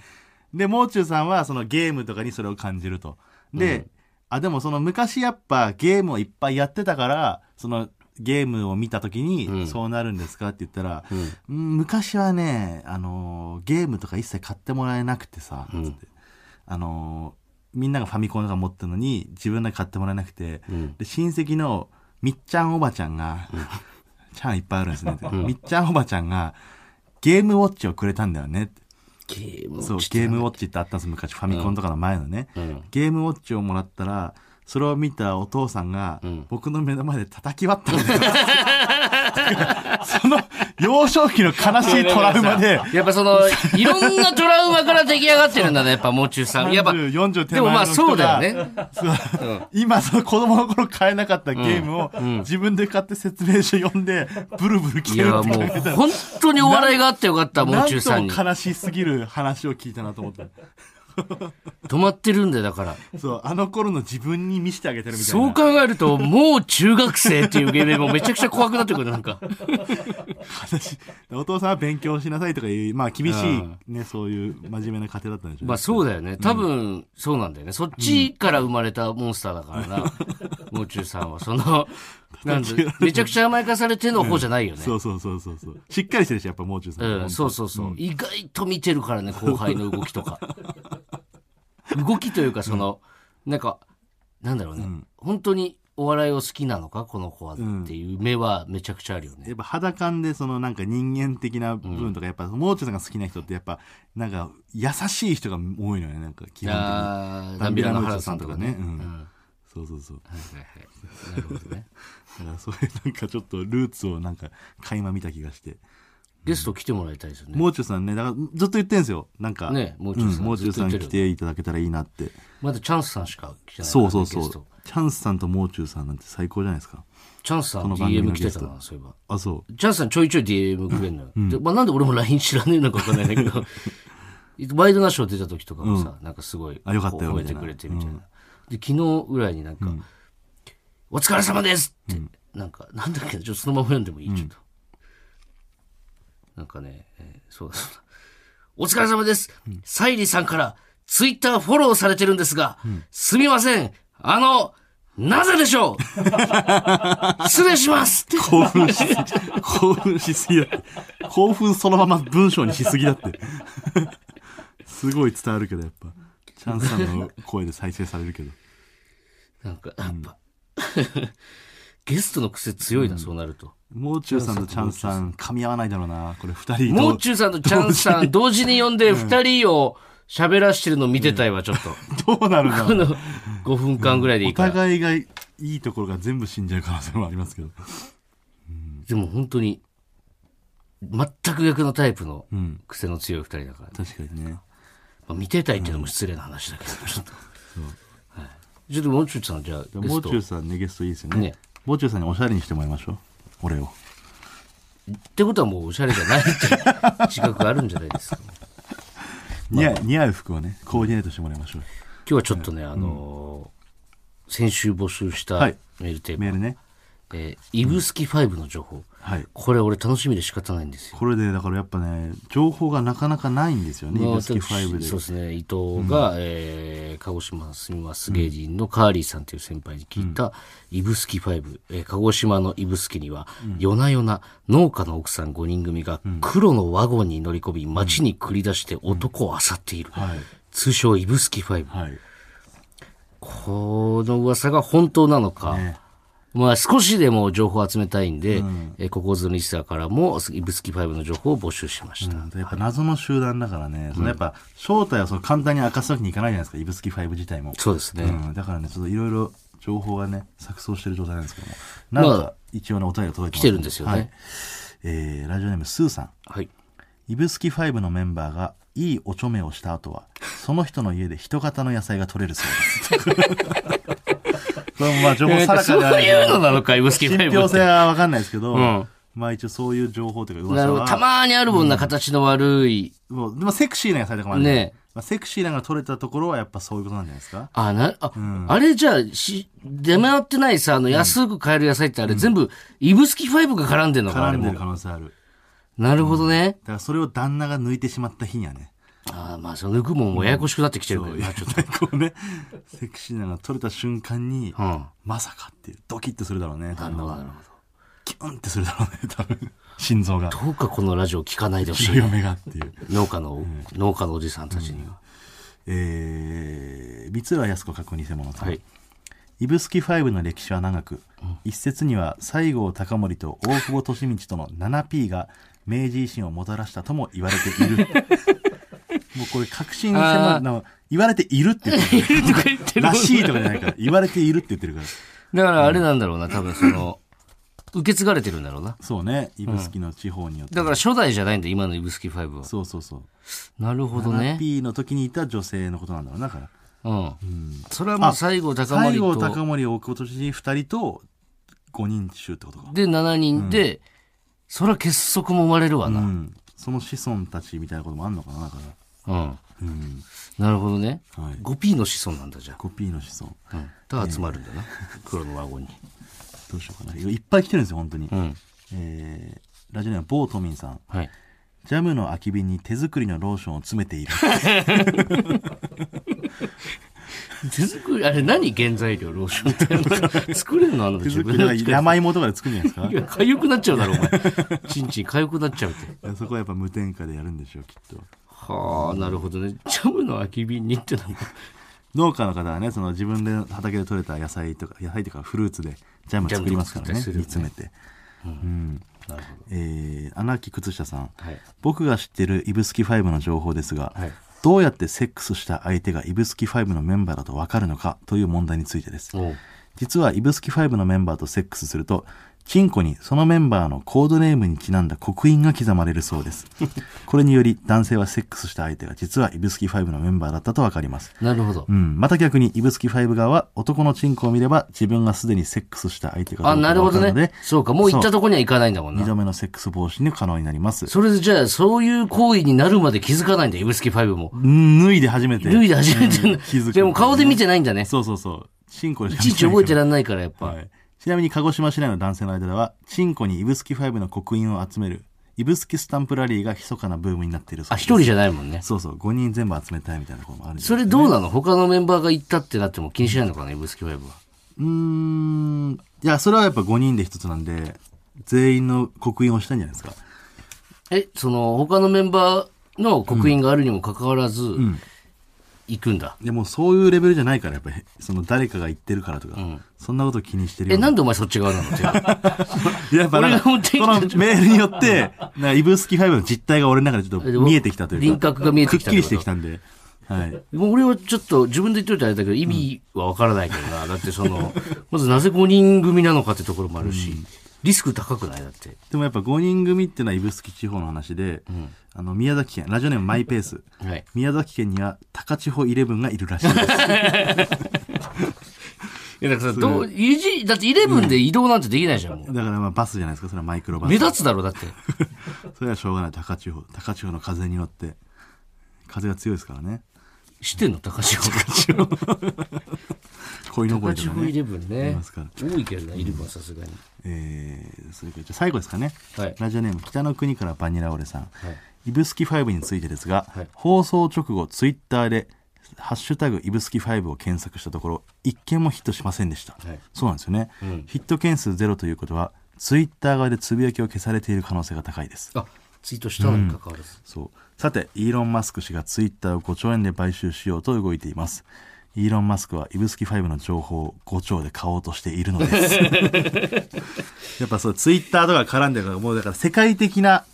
で、もう中さんは、そのゲームとかにそれを感じると。で、あ、でもその昔やっぱゲームをいっぱいやってたから、そのゲームを見た時
う
に、
ん
そうなるんですかって言ったら、
うん
うん昔はね、あのーゲームとか一切買ってもらえなくてさ、
うん
つってあのーみんながファミコンとか持ってるのに、自分だけ買ってもらえなくて、
うん
で親戚のみっちゃんおばちゃんが、 ちゃんいっぱいあるんですねって。みっちゃんおばちゃんが、ゲームウォッチをくれたんだよねって。
ゲーム
そう
を、して
ゲームウォッチってあったんです昔、ファミコンとかの前のね。
うん
ゲームウォッチをもらったら、それを見たお父さんが、
うん
僕の目の前で叩き割ったんだよ。 その、幼少期の悲しいトラウマで、
やっぱその、いろんなトラウマから出来上がってるんだね、やっぱ、もう中さん。やっぱ、
30 40手
で
前の人が
もまあそうだよね。
そう
うん
今その子供の頃買えなかったゲームを
ん
自分で買って説明書読んでブルブル
い
消える
や、
って考
もう
えた、ら
本当にお笑いがあってよかった、も
な
うん中さんに。
とも悲しすぎる話を聞いたなと思った
止まってるんだよ、だから。
そうあの頃の自分に見せてあげてるみたい
そ
な
う考えると、もう中学生っていうゲームもめちゃくちゃ怖くなってくる、なんか。
話お父さんは勉強しなさいとかいうまあ厳しいねそういう真面目な家庭だったんでしょうね
まあそうだよね。多分、そうなんだよね。そっちから生まれたモンスターだから な。もう中さんは。その、なん だめちゃくちゃ甘やかされての方じゃないよね。
そうそうそうそうそうしっかりしてるしやっぱもう中さん、
うん、そうそうそう、意外と見てるからね、後輩の動きと か。動きというか、その、なんか、なんだろうね、本当にお笑いを好きなのか、この子はっていう目はめちゃくちゃあるよね。
やっぱ肌感でそのなんか人間的な部分とかやっぱもう中さんが好きな人ってやっぱなんか優しい人が多いのよねなんか基本的に
あーダンビラの原田さんとかね。
ダンビラの
う
原田さんとかね
ん
うんそうそうそう
はいはいはいなるほどね。
だからそういうなんかちょっとルーツをなんか垣間見た気がして
ゲスト来てもらいたいですよね。
もう中さんねだからずっと言ってんですよなんか
ねもう
う
中さん
んもう中さん
ずっと言ってる
来ていただけたらいいなって
まだチャンスさんしか来てないから
そ
ね
うそうそ
ゲ
う
スト
チャンスさんともう中さんなんて最高じゃないですか
チャンスさん
この番組の
DM
ゲ
来
スト
てたな、そういえば。
あそう
チャンスさんちょいちょい DM くれんのよ。でまあ、なんで俺も LINE 知らねえのかわかんないんだ けど、ワイドナショー出た時とかもさ、なんかすごい
あよかったよ
褒めてくれてみたいな。で、昨日ぐらいになんか、お疲れ様ですって、なんか、なんだっけな、ちょっとそのまま読んでもいい、ちょっと。なんかね、えーそうだそうだ。お疲れ様です。サイリさんからツイッターフォローされてるんですが、すみません。あの、なぜでし ょう失礼しますって
興奮しすぎ、興奮しすぎだって。興奮そのまま文章にしすぎだって。すごい伝わるけど、やっぱ。チャンスさんの声で再生されるけど。
なんか、やっぱ、 ゲストの癖強いな、そうなると。
もう中さんとチャンスさん、噛み合わないだろうな。これ二人
も
ど
う中さんとチャンスさん、同時に呼んで、二人を喋らしてるの見てたいわ、ちょっと。
どうなる
こ
な。
の5分間ぐらいでい
お
いから。
互いがいいところが全部死んじゃう可能性もありますけど。
でも本当に、全く逆のタイプの
うん。
癖の強い二人だから、
確かにね。
まあ、見てたいっていうのも失礼な話だけど、ちょっと。はい、ちょっともう中さん、じゃあ、ゲ
も
ス
う
ト
中。さんね、ゲストいいですよね
ね。
もう中さんにおしゃれにしてもらいましょう。俺を。
ってことはもうおしゃれじゃないっていう自覚あるんじゃないです か。
似合う、似合う服をね、コーディネートしてもらいましょう。
今日はちょっとね、あのー先週募集した
はい
メールテーマ、
メールね。
えーイブスキ5の情報、
はい。
これ俺楽しみで仕方ないんですよ。
これでだからやっぱね情報がなかなかないんですよね、イブスキ5
そうで
です
ね、伊藤が、えー鹿児島住みます芸人のカーリーさんという先輩に聞いた、イブスキ5、えー鹿児島のイブスキには、夜な夜な農家の奥さん5人組が黒のワゴンに乗り込み、街に繰り出して男を漁っている。
はい
通称イブスキ5。
はい
この噂が本当なのか、
ね
まあ少しでも情報を集めたいんで、えーここずのリスナーからも、イブスキ5の情報を募集しました。
やっぱ謎の集団だからね、そのやっぱ正体をその簡単に明かすわけにいかないじゃないですかイブスキ5自体も
そうですね。
うん、だからねちょっといろいろ情報がね錯綜してる状態なんですけどもなん
ま
か一応ねお便りが届いてます
来てるんですよね
はいえーラジオネームスーさん
はい。
イブスキ5のメンバーがいいおちょめを した後はその人の家で人型の野菜が取れるそうですこれもまあ情報さら
そ
か
う
であるけ
いうの
ど
なのか、指ブスキ
信
ファイブ
憑
って
性。は分かんないですけど、
うん
まあ一応そういう情報というか
な
噂
るほど。
は
たまにあるもんな、形の悪い。
もうでもセクシーな野菜とかもある
ね
ねまあ、セクシーなのが取れたところはやっぱそういうことなんじゃないですか
あ、な、あ、あれじゃあ、し、出回ってないさ、あの、安く買える野菜ってあれ、全部、イブスキファイブが絡んでんのか、あ
絡
れ
んでる
も。
可能性ある
なるほどね。
だからそれを旦那が抜いてしまった日にはね
ああ、まあ、その抜くもんもややこしくなってきてる
そ
けど
う
な、ちょっ
こうねセクシーなのが取れた瞬間に、
と。うん。
まさかっていうドキッとするだろうね
な
旦
る
那
ほど、
は
なるほ
キュンってするだろうね多分 心臓が
ど。どうかこのラジオ聞かないでほしい。
嫁がっていう
農家の、農家のおじさんたちには。
えー、三浦靖子過去偽物さん、
はい。
指宿5の歴史は長く、一説には西郷隆盛と大久保利通との 7P が明治維新をもたらしたとも言われてい るもうこれ確信に迫
あー
るな言われているって言ってる
いるとか 言って
らしいとかじゃないから言われているって言ってるから
だからあれなんだろうな、多分その、受け継がれてるんだろうな。
そうね指宿の地方によって、
だから初代じゃないんだ、今のイブスキファイブは。
そうそうそう
なるほどね。
7P の時にいた女性のことなんだろうなだから
うん。それはもう西郷隆
西郷
盛と、
隆盛大久保利通2人と5人衆ってことか
で7人で、それは結束も生まれるわ
う
な。
ん、その子孫たちみたいなこともあんのかなだか
うん。
ら、うん
なるほどね。
はい、
5P の子孫なんだじゃあ。
コピーの子孫
うん。だから集まるんだな。黒のワゴンに。
どうしようかないやいっぱい来てるんですよ本当に、
うん。
えーラジオネームボートミンさん
はい。
ジャムの空き瓶に手作りのローションを詰めて いる
手作り、あれ何原材料、ローション って。作れるのあの
手
自
作
分
りだ
の
から
力で。
山芋とかで作るんじゃない
い
です
や、かゆくなっちゃうだろ、お前。 ちんちんかゆくなっちゃうって。
かそこはやっぱ無添加でやるんでしょうきっと
はあ、なるほどね。ジャムの空き瓶にってなんか、
農家の方はねその自分で畑で採れた野菜とか野菜とかフルーツでジャム作りますからね
ジャム作ったりする
煮詰
よ
めて、うん
なるほど。
えー、穴木靴下さん
はい。
僕が知ってる指宿5の情報ですが、
はい
どうやってセックスした相手が指宿5のメンバーだと分かるのかという問題についてです
おう
実は指宿5のメンバーとセックスするとチンコにそのメンバーのコードネームにちなんだ刻印が刻まれるそうですこれにより男性はセックスした相手が実は指宿5のメンバーだったと分かります
なるほど
う。ん、また逆に、イブスキ5側は、男のチンコを見れば、自分がすでにセックスした相手かどう
あ、
か
なる
が
ほ
分か
ど
るので、
ね。そうか、もう行ったとこには行かないんだもん
二
な。
度目のセックス防止に可能になります。
それでじゃあ、そういう行為になるまで気づかないんだ、指宿ファイブも。
脱いで初めて。
脱いで初めて
うん気づく、
でも顔で見てないんだね。
そうそうそう。チンコで
い
しか
ちいち覚えて
ない
らんないから、やっぱ。
はい。ちなみに、鹿児島市内の男性の間では、チンコにイブスキ5の刻印を集める、イブスキスタンプラリーが密かなブームになっているそ
あ、
う
一
です。
人じゃないもんね。
そうそう、5人全部集めたいみたいなところもあるんで
それどうなの他のメンバーが行ったってなっても気にしないのかな、指宿ファイブは。
うーん。いや、それはやっぱ5人で一つなんで、全員の刻印をしたんじゃないですか。
え、その、他のメンバーの刻印があるにもかかわらず、行くんだ。
でもそういうレベルじゃないからやっぱりその誰かが言ってるからとか、そんなこと気にしてる
え、
よ
なんでお前そっち側なの違う
いややっぱなんかこ
俺が持ってきた
のメールによってなんかイブスキ5の実態が俺の中でちょっと見えてきたというか
輪郭が見えてきた
くっ
って
きり
こと
してきたんで、はい、
もう俺はちょっと自分で言っといてあれだけど意味はわからないけどな。だってその、まずなぜ5人組なのかってところもあるし、リスク高くないだって。
でもやっぱ5人組っていうのは指宿地方の話で、あの宮崎県ラジオネームマイペース
はい。
宮崎県には高千穂イレブンがいるらしいで す
いやだからさ、どう、イジだってイレブンで移動なんてできないじゃん、もう。
だからまあバスじゃないですかそれはマイクロバス
目立つだろ、だって。
それはしょうがない高千穂高千穂の風によって風が強いですからね
知ってんの高千穂。
鯉のぼ
高
りと
千
か
穂イ
ね
レブン
い
ね
ますから。
多いけどな、イレブンはさすがに。
えー、それからじゃあ最後ですかね
はい。
ラジオネーム北の国からバニラオレさん、
はい
イブスキ5についてですが、
はい
放送直後ツイッターで「ハッシュタグイブスキ5」を検索したところ一件もヒットしませんでした、
はい
そうなんですよね、ヒット件数ゼロということはツイッター側でつぶやきを消されている可能性が高いです
あ、ツイートしたのに関わらず。
そうさてイーロン・マスク氏がツイッターを5兆円で買収しようと動いていますイーロン・マスクはイブスキ5の情報を5兆で買おうとしているのです やっぱそうツイッターとか絡んでるからもうだから世界的な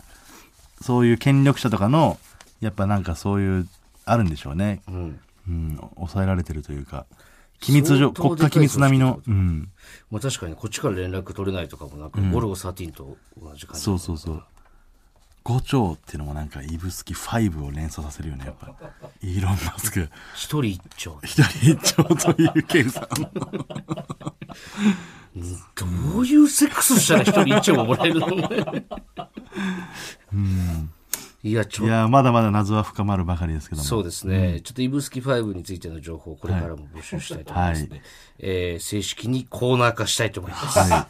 そういう権力者とかのやっぱなんかそういうあるんでしょうね、
うん。
うん、抑えられてるというか機密情
相当
国家機密並みの、うん、
まあ確かにこっちから連絡取れないとかもなく、ゴルゴ13と同じ感じ。
そうそうそう五兆っていうのもなんか指宿5を連想させるよねやっぱイーロン・マスク
一人一丁。
一人一兆という計算
どういうセックスしたら一人一丁ももらえるの いや、ちょ
い
っと。
やまだまだ謎は深まるばかりですけども
そうですね、ちょっとイブスキ5についての情報をこれからも募集したいと思いますので、えー正式にコーナー化したいと思います。
はい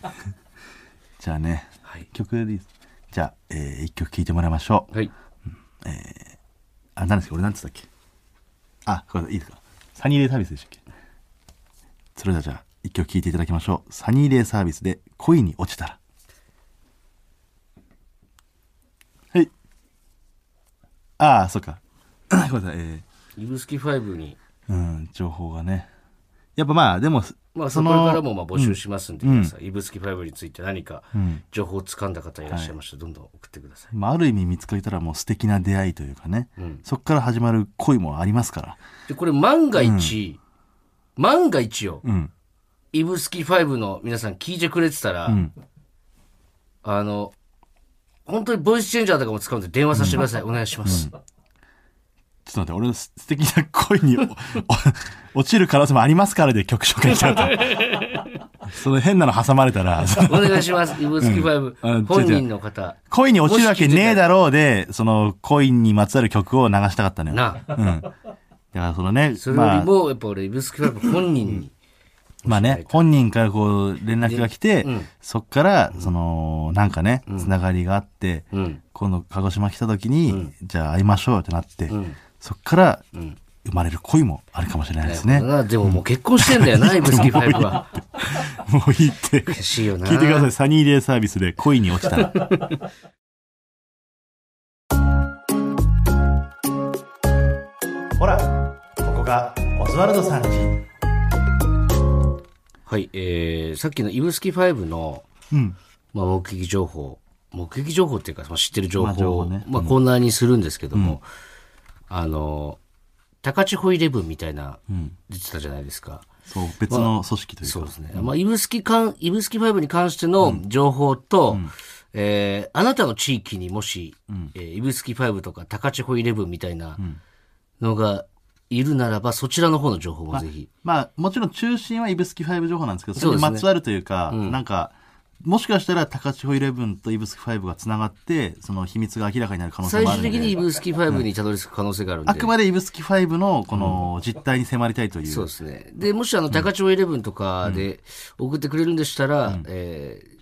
じゃあね、
はい
曲でいいですじゃあ、えー、一曲聴いてもらいましょう
はい。
あ何ですか俺何つったっけあこれいいですかサニーレイサービスでしたっけそれではじゃあ一曲聴いていただきましょうサニーレイサービスで「恋に落ちたら」はいああそっか ごめんなさいえ
イブスキ5に、
ー、うん情報がねやっぱまあでも
まあ、
そ
そこ
の
れからもまあ募集しますんで、皆さん、イブスキ5について何か情報をつかんだ方いらっしゃいましたら、どんどん送ってください。
まあ、ある意味見つかれたらもう素敵な出会いというかね、
うん
そこから始まる恋もありますから
で、これ万が一、万が一よ、
うん
イブスキ5の皆さん聞いてくれてたら、
うん
あの、本当にボイスチェンジャーとかも使うんで電話させてください。お願いします。
ちょっと待って、俺の素敵な恋にお お落ちる可能性もありますからで曲紹介しちゃ うと。その変なの挟まれたら、その
お願いします。イブスキ5、
あ違う違う
本人の方。
恋に落ちるわけねえだろうで、その恋にまつわる曲を流したかったのよ。
なあ。
うん。だからそのね、
それよ
ま
り
あ、
も、やっぱ俺、イブスキ5本人に。
まあね、本人からこう連絡が来て、
うん
そっから、その、なんかね、つながりがあって、
うん。
今度鹿児島来た時に、じゃあ会いましょうよってなって、
うん。
そっから
うん。
生まれる恋もあるかもしれないです
な
ね。
るほ
も
どなでももう結婚してんだ よな、イブスキ5は。
ういいって。
悔しいよな。
聞いてください。サニーデイサービスで恋に落ちたら。ほら、ここがオズワルドさんち。
はい、えー、さっきのイブスキ5の、
うん。
まあ、目撃情報、目撃情報っていうか、まあ、知ってる情
まあ情
報を、
報
まあ
ね
コーナーにするんですけども、あの、高千穂イレブンみたいな、出てたじゃないですか。
そう、別の組織というか。
そうですね。まあ、イブスキかん、イブスキ5に関しての情報と、えーあなたの地域にもし、えーイブスキ5とか高千穂イレブンみたいなのがいるならば、そちらの方の情報もぜひ。
まあ、もちろん中心は指宿5情報なんですけど、そ
そうで
れに
すね
まつわるというか、なんか、もしかしたら高千穂イレブンと指宿5がつながって、その秘密が明らかになる可能性
最
もある
終
ので。
的にイブスキ5にたどり着く可能性があるんで。
あくまで指宿5のこの実態に迫りたいという。
そうですね。で、もしあの、高千穂イレブンとかで送ってくれるんでしたら、えー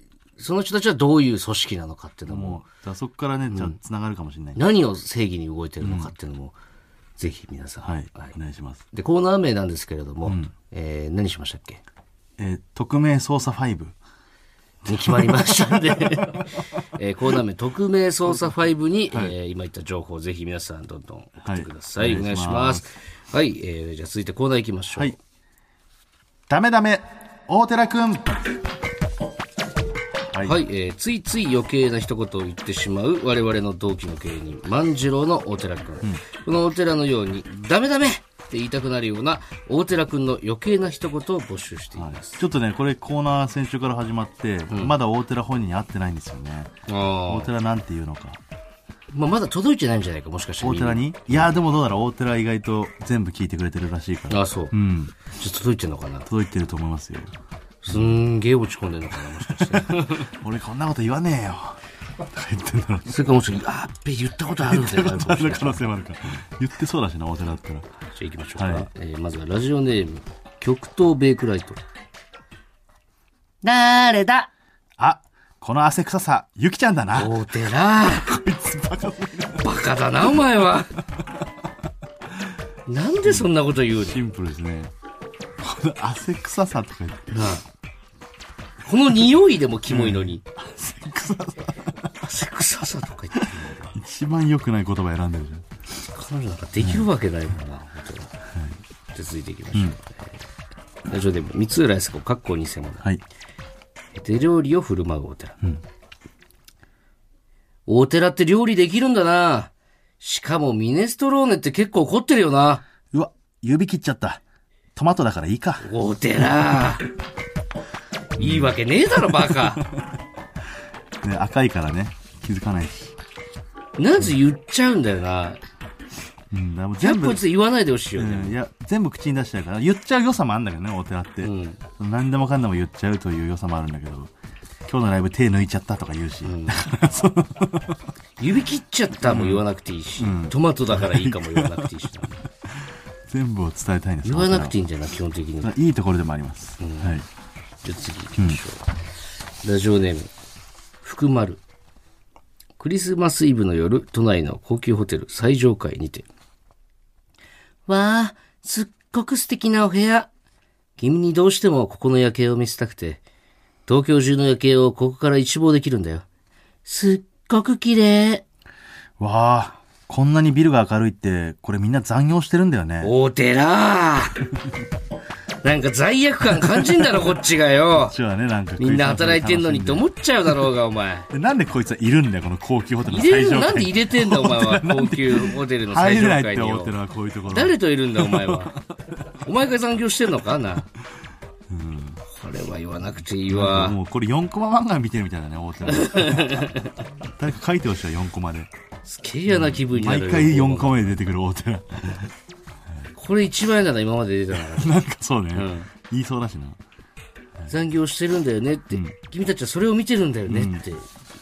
その人たちはどういう組織なのかっていうのも、
もうだからそこからね、じゃあつながるかもしれない。
何を正義に動いてるのかっていうのも、ぜひ皆さん。
はい、お願いします。
で、コーナー名なんですけれども、えー何しましたっけ
えー匿名捜査5。
に決まりましたん で、えーコーナー名、匿名捜査5に、えー今言った情報をぜひ皆さんどんどん送ってください。
はい
お願
お願
い
い
し
し
ま。
ます
はい、えーじゃあ続いてコーナー行きましょう。
はい。ダメダメ大寺くんはい、
はい、えーついつい余計な一言を言ってしまう我々の同期の芸人万次郎の大寺君、この大寺のように「ダメダメ!」って言いたくなるような大寺君の余計な一言を募集しています、
ちょっとね、これコーナー先週から始まって、まだ大寺本人に会ってないんですよね。
あ
大
ー
寺なんていうのか。
まあ、まだ届いてないんじゃないかもしかしたら
大寺にいやーでもどうだろう大寺意外と全部聞いてくれてるらしいから。
ああそう、
うん。
じゃあ届いてんのかな
届いてると思い ますよ。
すんげえ落ち込んでるのかなもしかして
俺こんなこと言わねえよ。とか言ってんだ ろう。
それかもしかしてあーっべ言ったこと あるんだよな
ある可能性もあるから。言ってそうだしな、大寺だったら。
じゃあ行きましょうか、
はい
えーまずはラジオネーム極東ベイクライト誰だ
あ、この汗臭さ、ゆきちゃんだな。
大 寺バカだなお前はなんでそんなこと言うの
シンプルですね。この汗臭さとか言って。
なあこの匂いでもキモいのに、
汗臭さ。
汗臭さとか言って
一番良くない言葉選んでるじゃん。
彼女なんかできるわけないもんな、本当にじゃあ続いていきましょう、えーラジオでも三浦靖子かっこ偽物
はい。
手料理を振る舞うお寺、お寺って料理できるんだなしかもミネストローネって結構凝ってるよな
うわ、指切っちゃった。トマトだからいいか。
お寺いいわけねえだろバカ
ね、赤いからね、気づかないし。
なぜ言っちゃうんだよな。
うん、だから
や
もう
っ
全
ぱ
部
こい、つ言わないでほしいよ
う
ね。
ん、いや、全部口に出してるから、言っちゃう良さもあるんだけどね、お寺って。
うん
何でもかんでも言っちゃうという良さもあるんだけど、今日のライブ手抜いちゃったとか言うし、
指切っちゃったも言わなくていいし、トマトだからいいかも言わなくていいしな、
全部を伝えたいんです
言わなくてい
い
いんじゃない基本的に。じゃ
いいところでもあります。はい。
あ次行きましょう。ラジオネーム、福丸。クリスマスイブの夜、都内の高級ホテル最上階にて。わあ、すっごく素敵なお部屋。君にどうしてもここの夜景を見せたくて、東京中の夜景をここから一望できるんだよ。すっごく綺麗。
わあ、こんなにビルが明るいって、これみんな残業してるんだよね。
お寺なんか罪悪感感じんだろ、こっちがよ
こっ。ちはね、なんか
みんな働いてんのにって
思
思っちゃうだろうが、お前。
なんでこいつはいるんだよ、この高級ホテルの
入れ
最
る
上
なんで入
階。
れてんだ、お前は。高級ホテルの最
入
上
れないっ
階
て
に
思ってる
よ。
のはこういうところ。
誰といるんだ、お前 は。お前が残業してんのかな。これは言わなくていいわ。
もうこれ4コマ漫画見てるみたいだね、大手 の。誰か書いてほしいわ、4コマで。
すっげえ嫌な気分にな
毎
るよ。
回4コマで出てくる大手 な。
これ一番嫌だな、今まで出たの が。
なんかそうね、
ん
言いそうだしな。
残業してるんだよねって。君たちはそれを見てるんだよねって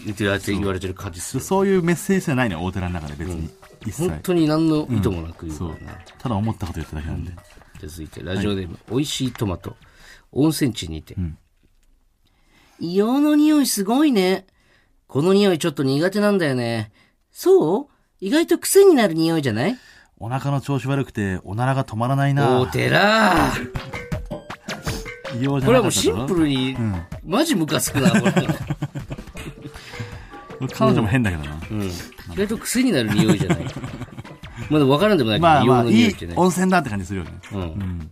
言ってる相手言われてる感じす
で
る。
そういうメッセージじゃないね、大手の中で別に。一切
本。当に何の意図もなく言うか
そ
ら
う
な。。
ただ思ったこと言っただけなんで。
続いてラジオネーム、美味しいトマト温泉地にて、硫黄の匂いすごいねこの匂いちょっと苦手なんだよねそう意外と癖になる匂いじゃない
お腹の調子悪くて、おならが止まらないな
お寺
異様じ
こ
ゃ
れはも
なかっ
う
た
シ
だ
ン
ろ
プルに、マジムカつくなこれ、
彼女も変だけどな。
うん、意外と癖になる匂いじゃないまだ分からんでもないけど、
まあま
硫
あ、
黄の
い
匂い
い
ってね
温泉だって感じするよね。
うん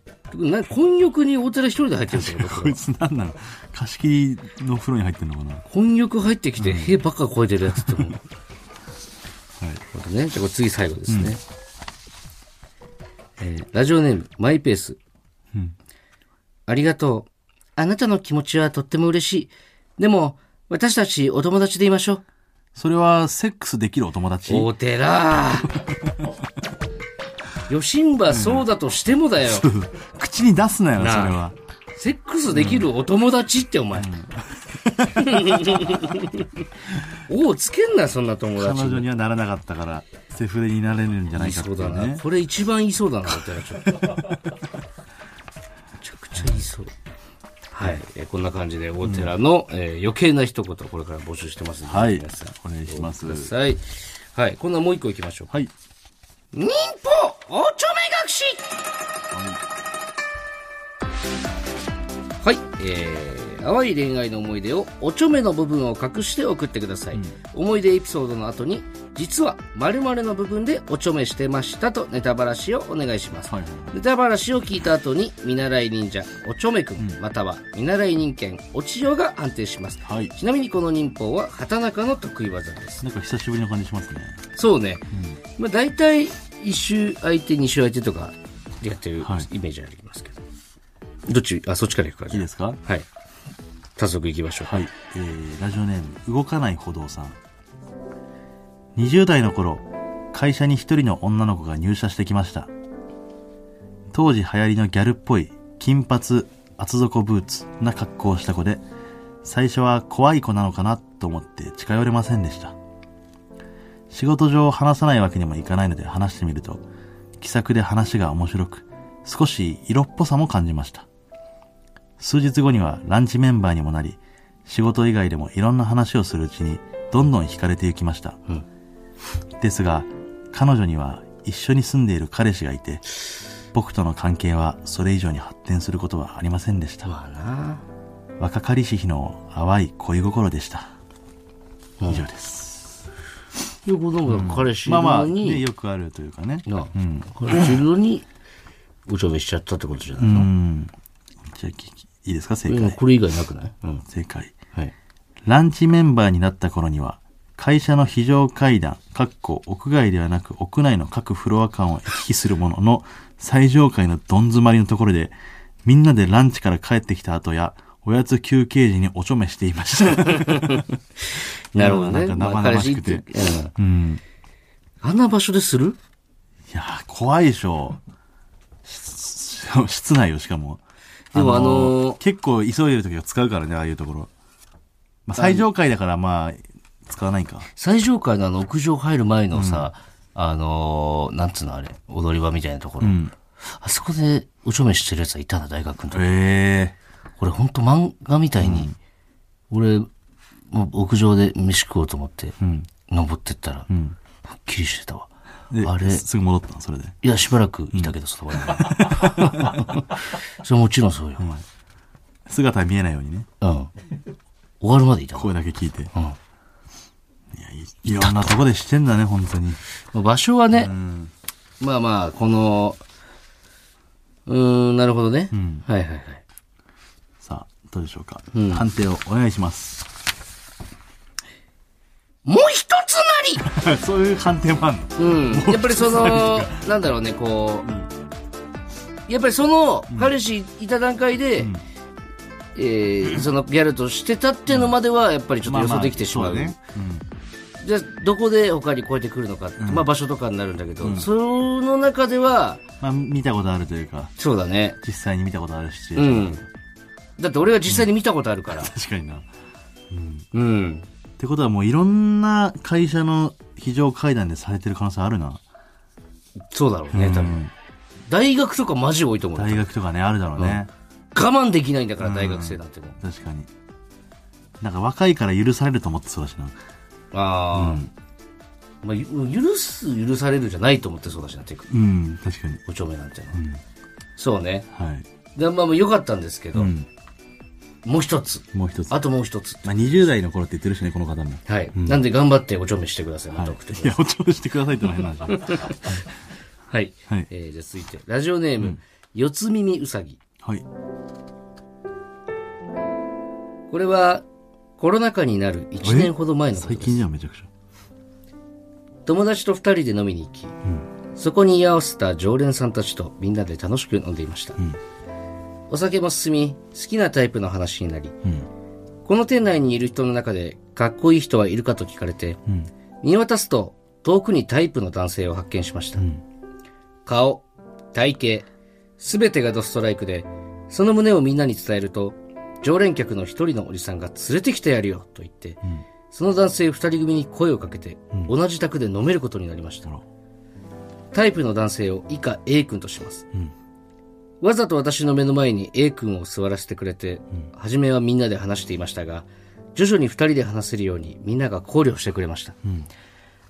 な混浴に大寺一人で入ってるってこと
こいつなんなの貸し切りの風呂に入ってんのかなは
混浴入ってきて、へばっか超えてるやつってもう
い。
なるほどね。じゃあこれ次最後ですね。えーラジオネーム、マイペース。ありがとう。あなたの気持ちはとっても嬉しい。でも、私たちお友達でいましょ
それは、セックスできるお友達
う。お寺よしんばそうだとしてもだよ。
口に出すなよ、それ
なあ
は。
セックスできるお友達ってお前。 おをつけんな、そんな友
彼
達に。
女にはならなかったから、セフレになれるんじゃないいかってい
そうだ
う
な。
ね。
これ一番いそうだな、お 寺ちゃん。めちゃくちゃいそう。はい。えーこんな感じで、大寺の、えー余計な一言、これから募集してますので、
はい
皆さん。
お願いします
く。ださい。はい。こんなもう一個いきましょう。
はい。
忍法おちょめ隠しはい、えー、淡い恋愛の思い出をおちょめの部分を隠して送ってください、思い出エピソードの後に実は〇〇の部分でおちょめしてましたとネタバラシをお願いします、
はいはいはい
ネタバラシを聞いた後に見習い忍者おちょめくん、または見習い人間おちよが判定します、
はい
ちなみにこの忍法は畑中の得意技です
なんか久しぶりの感じしますね。
そうね、まあ、大体1周空いて2周空いてとかでやってる
はい
イメージありますけど、どっちあそっちから行くか
い
じ
い
ゃ
ですか
あはい早速行きましょう、
はい。えー、ラジオネーム、動かない歩道さん。20代の頃、会社に一人の女の子が入社してきました。当時流行りのギャルっぽい、金髪、厚底ブーツな格好をした子で、最初は怖い子なのかなと思って近寄れませんでした。仕事上話さないわけにもいかないので話してみると、気さくで話が面白く、少し色っぽさも感じました。数日後にはランチメンバーにもなり、仕事以外でもいろんな話をするうちに、どんどん惹かれていきました。ですが、彼女には一緒に住んでいる彼氏がいて、僕との関係はそれ以上に発展することはありませんでした。
まあな
若かりし日の淡い恋心でした。以上です。
よくなんか彼氏い
まあ
る
まあ、
の
ね、
に、
よくあるというかね。
なあ彼氏いるのにおちょめしちゃったってことじゃないの、
うん。じゃあ、きいいですか正
今
解。
これ以外なくない、うん
正解。
はい、
ランチメンバーになった頃には、会社の非常階段、かっこ屋外ではなく屋内の各フロア間を行き来するものの、最上階のどん詰まりのところで、みんなでランチから帰ってきた後や、おやつ休憩時におちょめしていま した。
なるほどね。
なんか
まあ
生々しくて
彼氏ってうん
うん。
あんな場所でする
いやー、怖いでしょ。しし室内よ、しかも。
でもあのー
結構急いでる時は使うからね、ああいうところ。まあ、最上階だから、まあ、使わないか。
最上階のあの屋上入る前のさ、あのー、なんつうのあれ、踊り場みたいなところ。
ん
あそこでおちょめしてるやつはいたな、大学の時。
え
俺ほんと漫画みたいに、俺、もう屋上で飯食おうと思って、
ん
登ってったら、は
ん
っきりしてたわ。
えで
あれ
すぐ戻ったの、それで。
いや、しばらくいたけど、その場に。 それもちろんそうよ。
姿見えないようにね、
うん。終わるまでいたわ。
声だけ聞いて。
うん
いろんなとこでしてんだね、本当に。
まあ場所はね、まあまあ、この、うーん、なるほどね。はいはいはい。
さあ、どうでしょうか。判定をお願いします。
もう一つなり
そういう判定もある
うん。やっぱりその、なんだろうね、こう、やっぱりその、彼氏いた段階で、えーそのギャルとしてたっていうのまでは、やっぱりちょっ
の
と予想できてしまう。
まあまあそうだね。
じゃあどこで他に超えてくるのかって、まあ場所とかになるんだけど、その中では、
うんまあ、見たことあるというか、
そうだね。
実際に見たことあるし。
うん。だって俺は実際に見たことあるから。
確かにな。
うん。
ってことはもういろんな会社の非常階段でされてる可能性あるな。
そうだろうね、多分。大学とかマジ多いと思うよ。
大学とかね、あるだろうね。
我慢できないんだから、大学生なんてもう。
確かに。なんか若いから許されると思ってそうだしな。
ああ。まあ、ゆ許す、許されるじゃないと思ってそうだしな、てく。
うん、確かに。
おちょめなんてのは。そうね。
はい。
でまあまあ良かったんですけど、
うん。
もう一つ。
もう一つ。
あともう一つ。
まあ、20代の頃って言ってるしね、この方も。
はい。なんで頑張っておちょめしてください、ま
はい
た送ってください。
いや、お調子してくださいってのは変な話。
はい。
はい
えーじゃあ続いて、ラジオネーム、四つ耳うさぎ。
はい。
これは、コロナ禍になる1年ほど前のこと
最
です
近。じゃん、めちゃくちゃ。
友達と2人で飲みに行き、そこに居合わせた常連さんたちとみんなで楽しく飲んでいました、お酒も進み好きなタイプの話になり、
ん
この店内にいる人の中でかっこいい人はいるかと聞かれて、見渡すと遠くにタイプの男性を発見しました、顔体型すべてがドストライクでその胸をみんなに伝えると常連客の一人のおじさんが連れてきてやるよと言って、その男性二人組に声をかけて、同じ宅で飲めることになりました
あら。
タイプの男性を以下 A 君とします。
うん
わざと私の目の前に A 君を座らせてくれて、初めはみんなで話していましたが、徐々に二人で話せるようにみんなが考慮してくれました。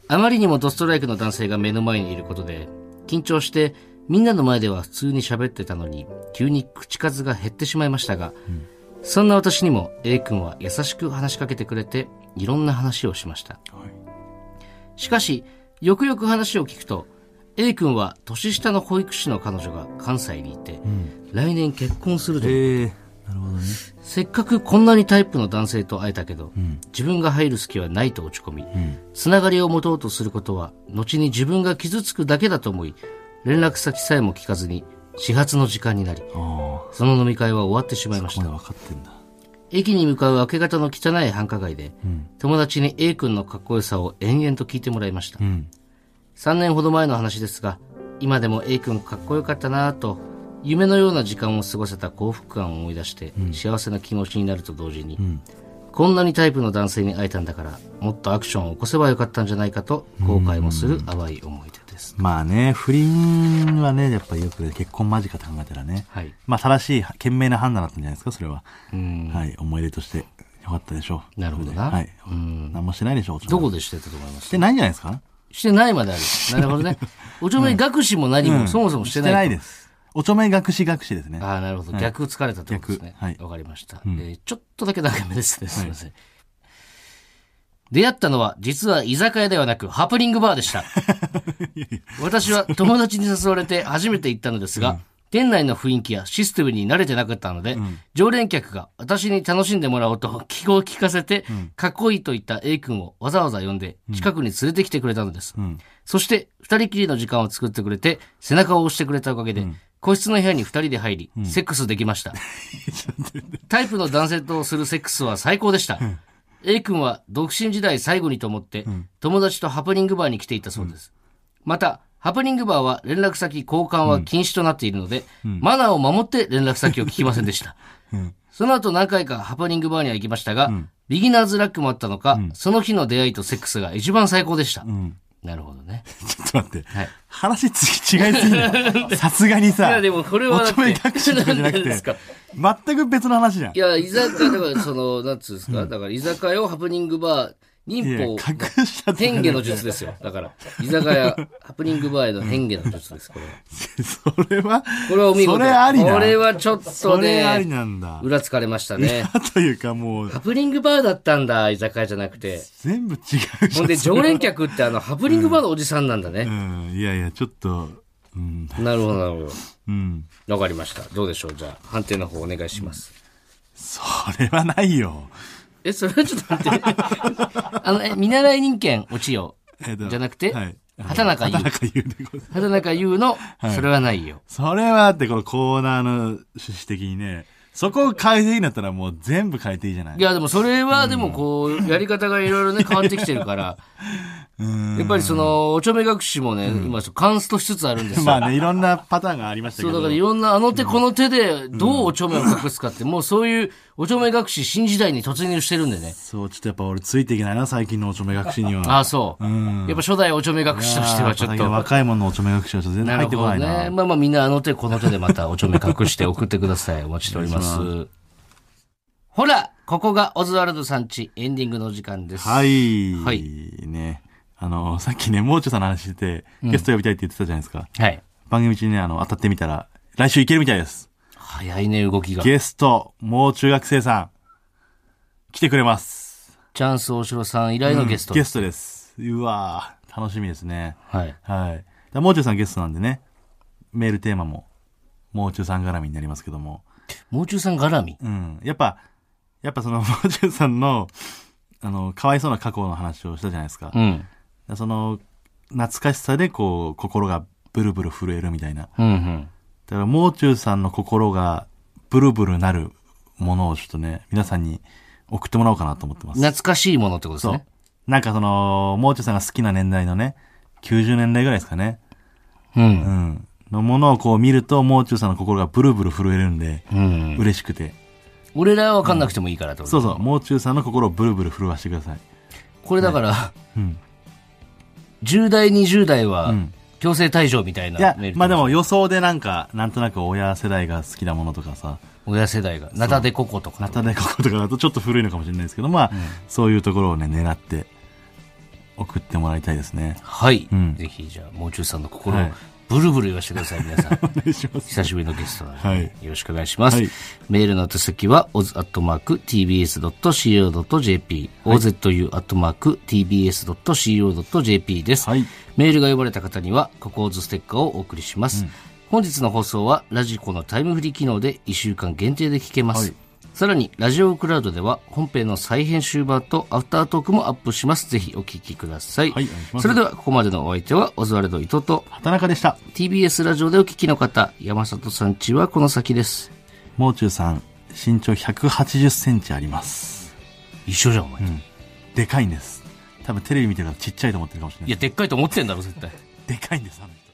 あまりにもドストライクの男性が目の前にいることで、緊張して、みんなの前では普通に喋ってたのに、急に口数が減ってしまいましたが、そんな私にも A 君は優しく話しかけてくれて、いろんな話をしました。しかし、よくよく話を聞くと、A 君は年下の保育士の彼女が関西にいて、来年結婚するという
ええなるほどね。
せっかくこんなにタイプの男性と会えたけど、自分が入る隙はないと落ち込み、つながりを持とうとすることは、後に自分が傷つくだけだと思い、連絡先さえも聞かずに、始発の時間になり、
あ
その飲み会は終わってしまいま
あ、
し
ま
た
だ。分かってんだ。
駅に向かう明け方の汚い繁華街で、友達に A 君のかっこよさを延々と聞いてもらいました。
ん
3年ほど前の話ですが、今でも A 君かっこよかったなぁと、夢のような時間を過ごせた幸福感を思い出して、幸せな気持ちになると同時に、こんなにタイプの男性に会えたんだから、もっとアクションを起こせばよかったんじゃないかと、後悔もする淡い思い出です。
まあね、不倫はね、やっぱりよく結婚間近って考えたらね。
はい。
まあ正しい、賢明な判断だったんじゃないですか、それは。
うん。
はい、思い出として。よかったでしょう。
なるほどな
はい。何もしてないでしょう、
ど
こ
こでしてたと思いま
し
す
てないんじゃないですか
してないまである。なるほど ね。おちょめ学士も何も、そもそもしてないと。
です。おちょめ学士学士ですね。
ああ、なるほど。逆疲れたってことですね。
逆はい
わかりました。えーちょっとだけ長めですね。すいません。出会ったのは、実は居酒屋ではなく、ハプニングバーでした。私は友達に誘われて初めて行ったのですが、店内の雰囲気やシステムに慣れてなかったので、常連客が私に楽しんでもらおうと 気を利かせて、かっこいいと言った A 君をわざわざ呼んで、近くに連れてきてくれたのです。そして、二人きりの時間を作ってくれて、背中を押してくれたおかげで、個室の部屋に二人で入り、セックスできました。タイプの男性とするセックスは最高でした。A 君は独身時代最後にと思って、友達とハプニングバーに来ていたそうです。また、ハプニングバーは連絡先交換は禁止となっているので、マナーを守って連絡先を聞きませんで した。その後何回かハプニングバーには行きましたが、ビギナーズラックもあったのか、その日の出会いとセックスが一番最高でした。なるほどね。
ちょっと待って。
はい
話つ違いすぎ ないさすがに
い
さ
や、、でもこれはだっ
乙
て
女学習とかじゃなく
何ですか
て、全く別の話じゃん。
いや、居酒屋、だから、その、なんつうんですか、だから、居酒屋をハプニングバー、忍
いや
法、
隠したとかじゃ
変
な
化
く
の術 ですよ。だから、居酒屋、ハプニングバーへの変化の術です、これは。
て、それは、
これはお見事。
それありな
これはちょっと
それあり
ね、
なんだ。
裏つかれましたね。
というかもう、
ハプニングバーだったんだ、居酒屋じゃなくて。
全部違うじ
ほ
ゃ
ん
ん。
で、常連客ってあの、ハプニングバーのおじさんなんだね。
うん、いやいや、ちょっと、うん、
なるほど、なるほ
うん。
ど。わかりました。どうでしょうじゃあ、判定の方お願いします。
それはないよ。
え、それはちょっと待って。 あの、え、見習い人間、落ちよう。
えっと
じゃなくて
はい。
畑中優
畑中優でございます
畑中優の、それはないよ。
それはだって、このコーナーの趣旨的にね、そこを変えていいんだったらもう全部変えていいじゃない
いや、でもそれは、でもこう、やり方がいろいろね、変わってきてるから、やっぱりその、おちょめ隠しもね、今、カンストしつつあるんですよ。
まあね、いろんなパターンがありましたけ
そう、だ
ど
からい。ろんな、あの手この手で、どうおちょめを隠すかって、もうそういう、おちょめ隠し新時代に突入してるんでね。
そう、ちょっとやっぱ俺ついていけないな、最近のおちょめ隠しには。
ああ、そう。
ん
やっぱ初代おちょめ隠しとしてはちょっ
いやー
と。
若いもののおちょめ隠しはちょっと全然
な
入
るほ
ってこ
ど
ないな。
ね。まあまあみんなあの手この手でまたおちょめ隠して送ってくだ さい。お待ちしております。ほら、ここがオズワルドさんちエンディングのお時間です。
はい。
はい
ね。あの、さっきね、もう中さんの話してて、ゲスト呼びたいって言ってたじゃないですか。
はい。
番組中にね、あの、当たってみたら、来週いけるみたいです。
早いね、動きが。
ゲスト、もう中学生さん、来てくれます。
チャンス大城さん以来のゲスト。
ゲストです。うわー楽しみですね。
はい。
はい。だもう中さんゲストなんでね、メールテーマも、もう中さん絡みになりますけども。
もう中さん絡み。
うん。やっぱ、やっぱその、も う中さんの、あの、かわいそうな過去の話をしたじゃないですか。
うん。
その、懐かしさでこう、心がブルブル震えるみたいな。だ
うんうん。
から、もう中さんの心がブルブルなるものをちょっとね、皆さんに送ってもらおうかなと思ってます。
懐かしいものってことです
そう
ね。。
なんかその、もう中さんが好きな年代のね、90年代ぐらいですかね。
う。
うんん。のものをこう見ると、もう中さんの心がブルブル震えるんで、
うん。
嬉しくて。
俺らは分かんなくてもいいからってこと
そうそう、もう中さんの心をブルブル震わしてください。
これだから、
うん。
10代、20代は
ん、
強制退場みたいない
や
メール、と
まあでも予想でなんか、なんとなく親世代が好きなものとかさ、
親世代が、ナタデココとか。
ナタデココとかだとちょっと古いのかもしれないですけど、まあ、そういうところをね、狙って送ってもらいたいですね。
はい、
ん
ぜひ、じゃあ、もう中さんの心を
はい
ブルブル言わせてください、皆 さん。
お願いします。
久しぶりのゲストなので、
はい
よろしくお願いします。
はい
メールの宛先は、oz.tbs.co.jp、ozu.tbs.co.jp です、
はい
メールが呼ばれた方には、ココーズステッカーをお送りします。本日の放送は、ラジコのタイムフリー機能で1週間限定で聞けます。
はい
さらに、ラジオクラウドでは、本編の再編集版とアフタートークもアップします。ぜひお聞きください。
はいお願いします
それでは、ここまでのお相手は、オズワルド伊藤と、
畑中でした。
TBS ラジオでお聞きの方、山里さんちはこの先です。
もう中さん、身長180センチあります。
一緒じゃん、お前。い
でかいんです。多分テレビ見てる方ちっちゃいと思ってるかもしれない。
や、でっかいと思ってんだろ、絶対。
でかいんです、あの人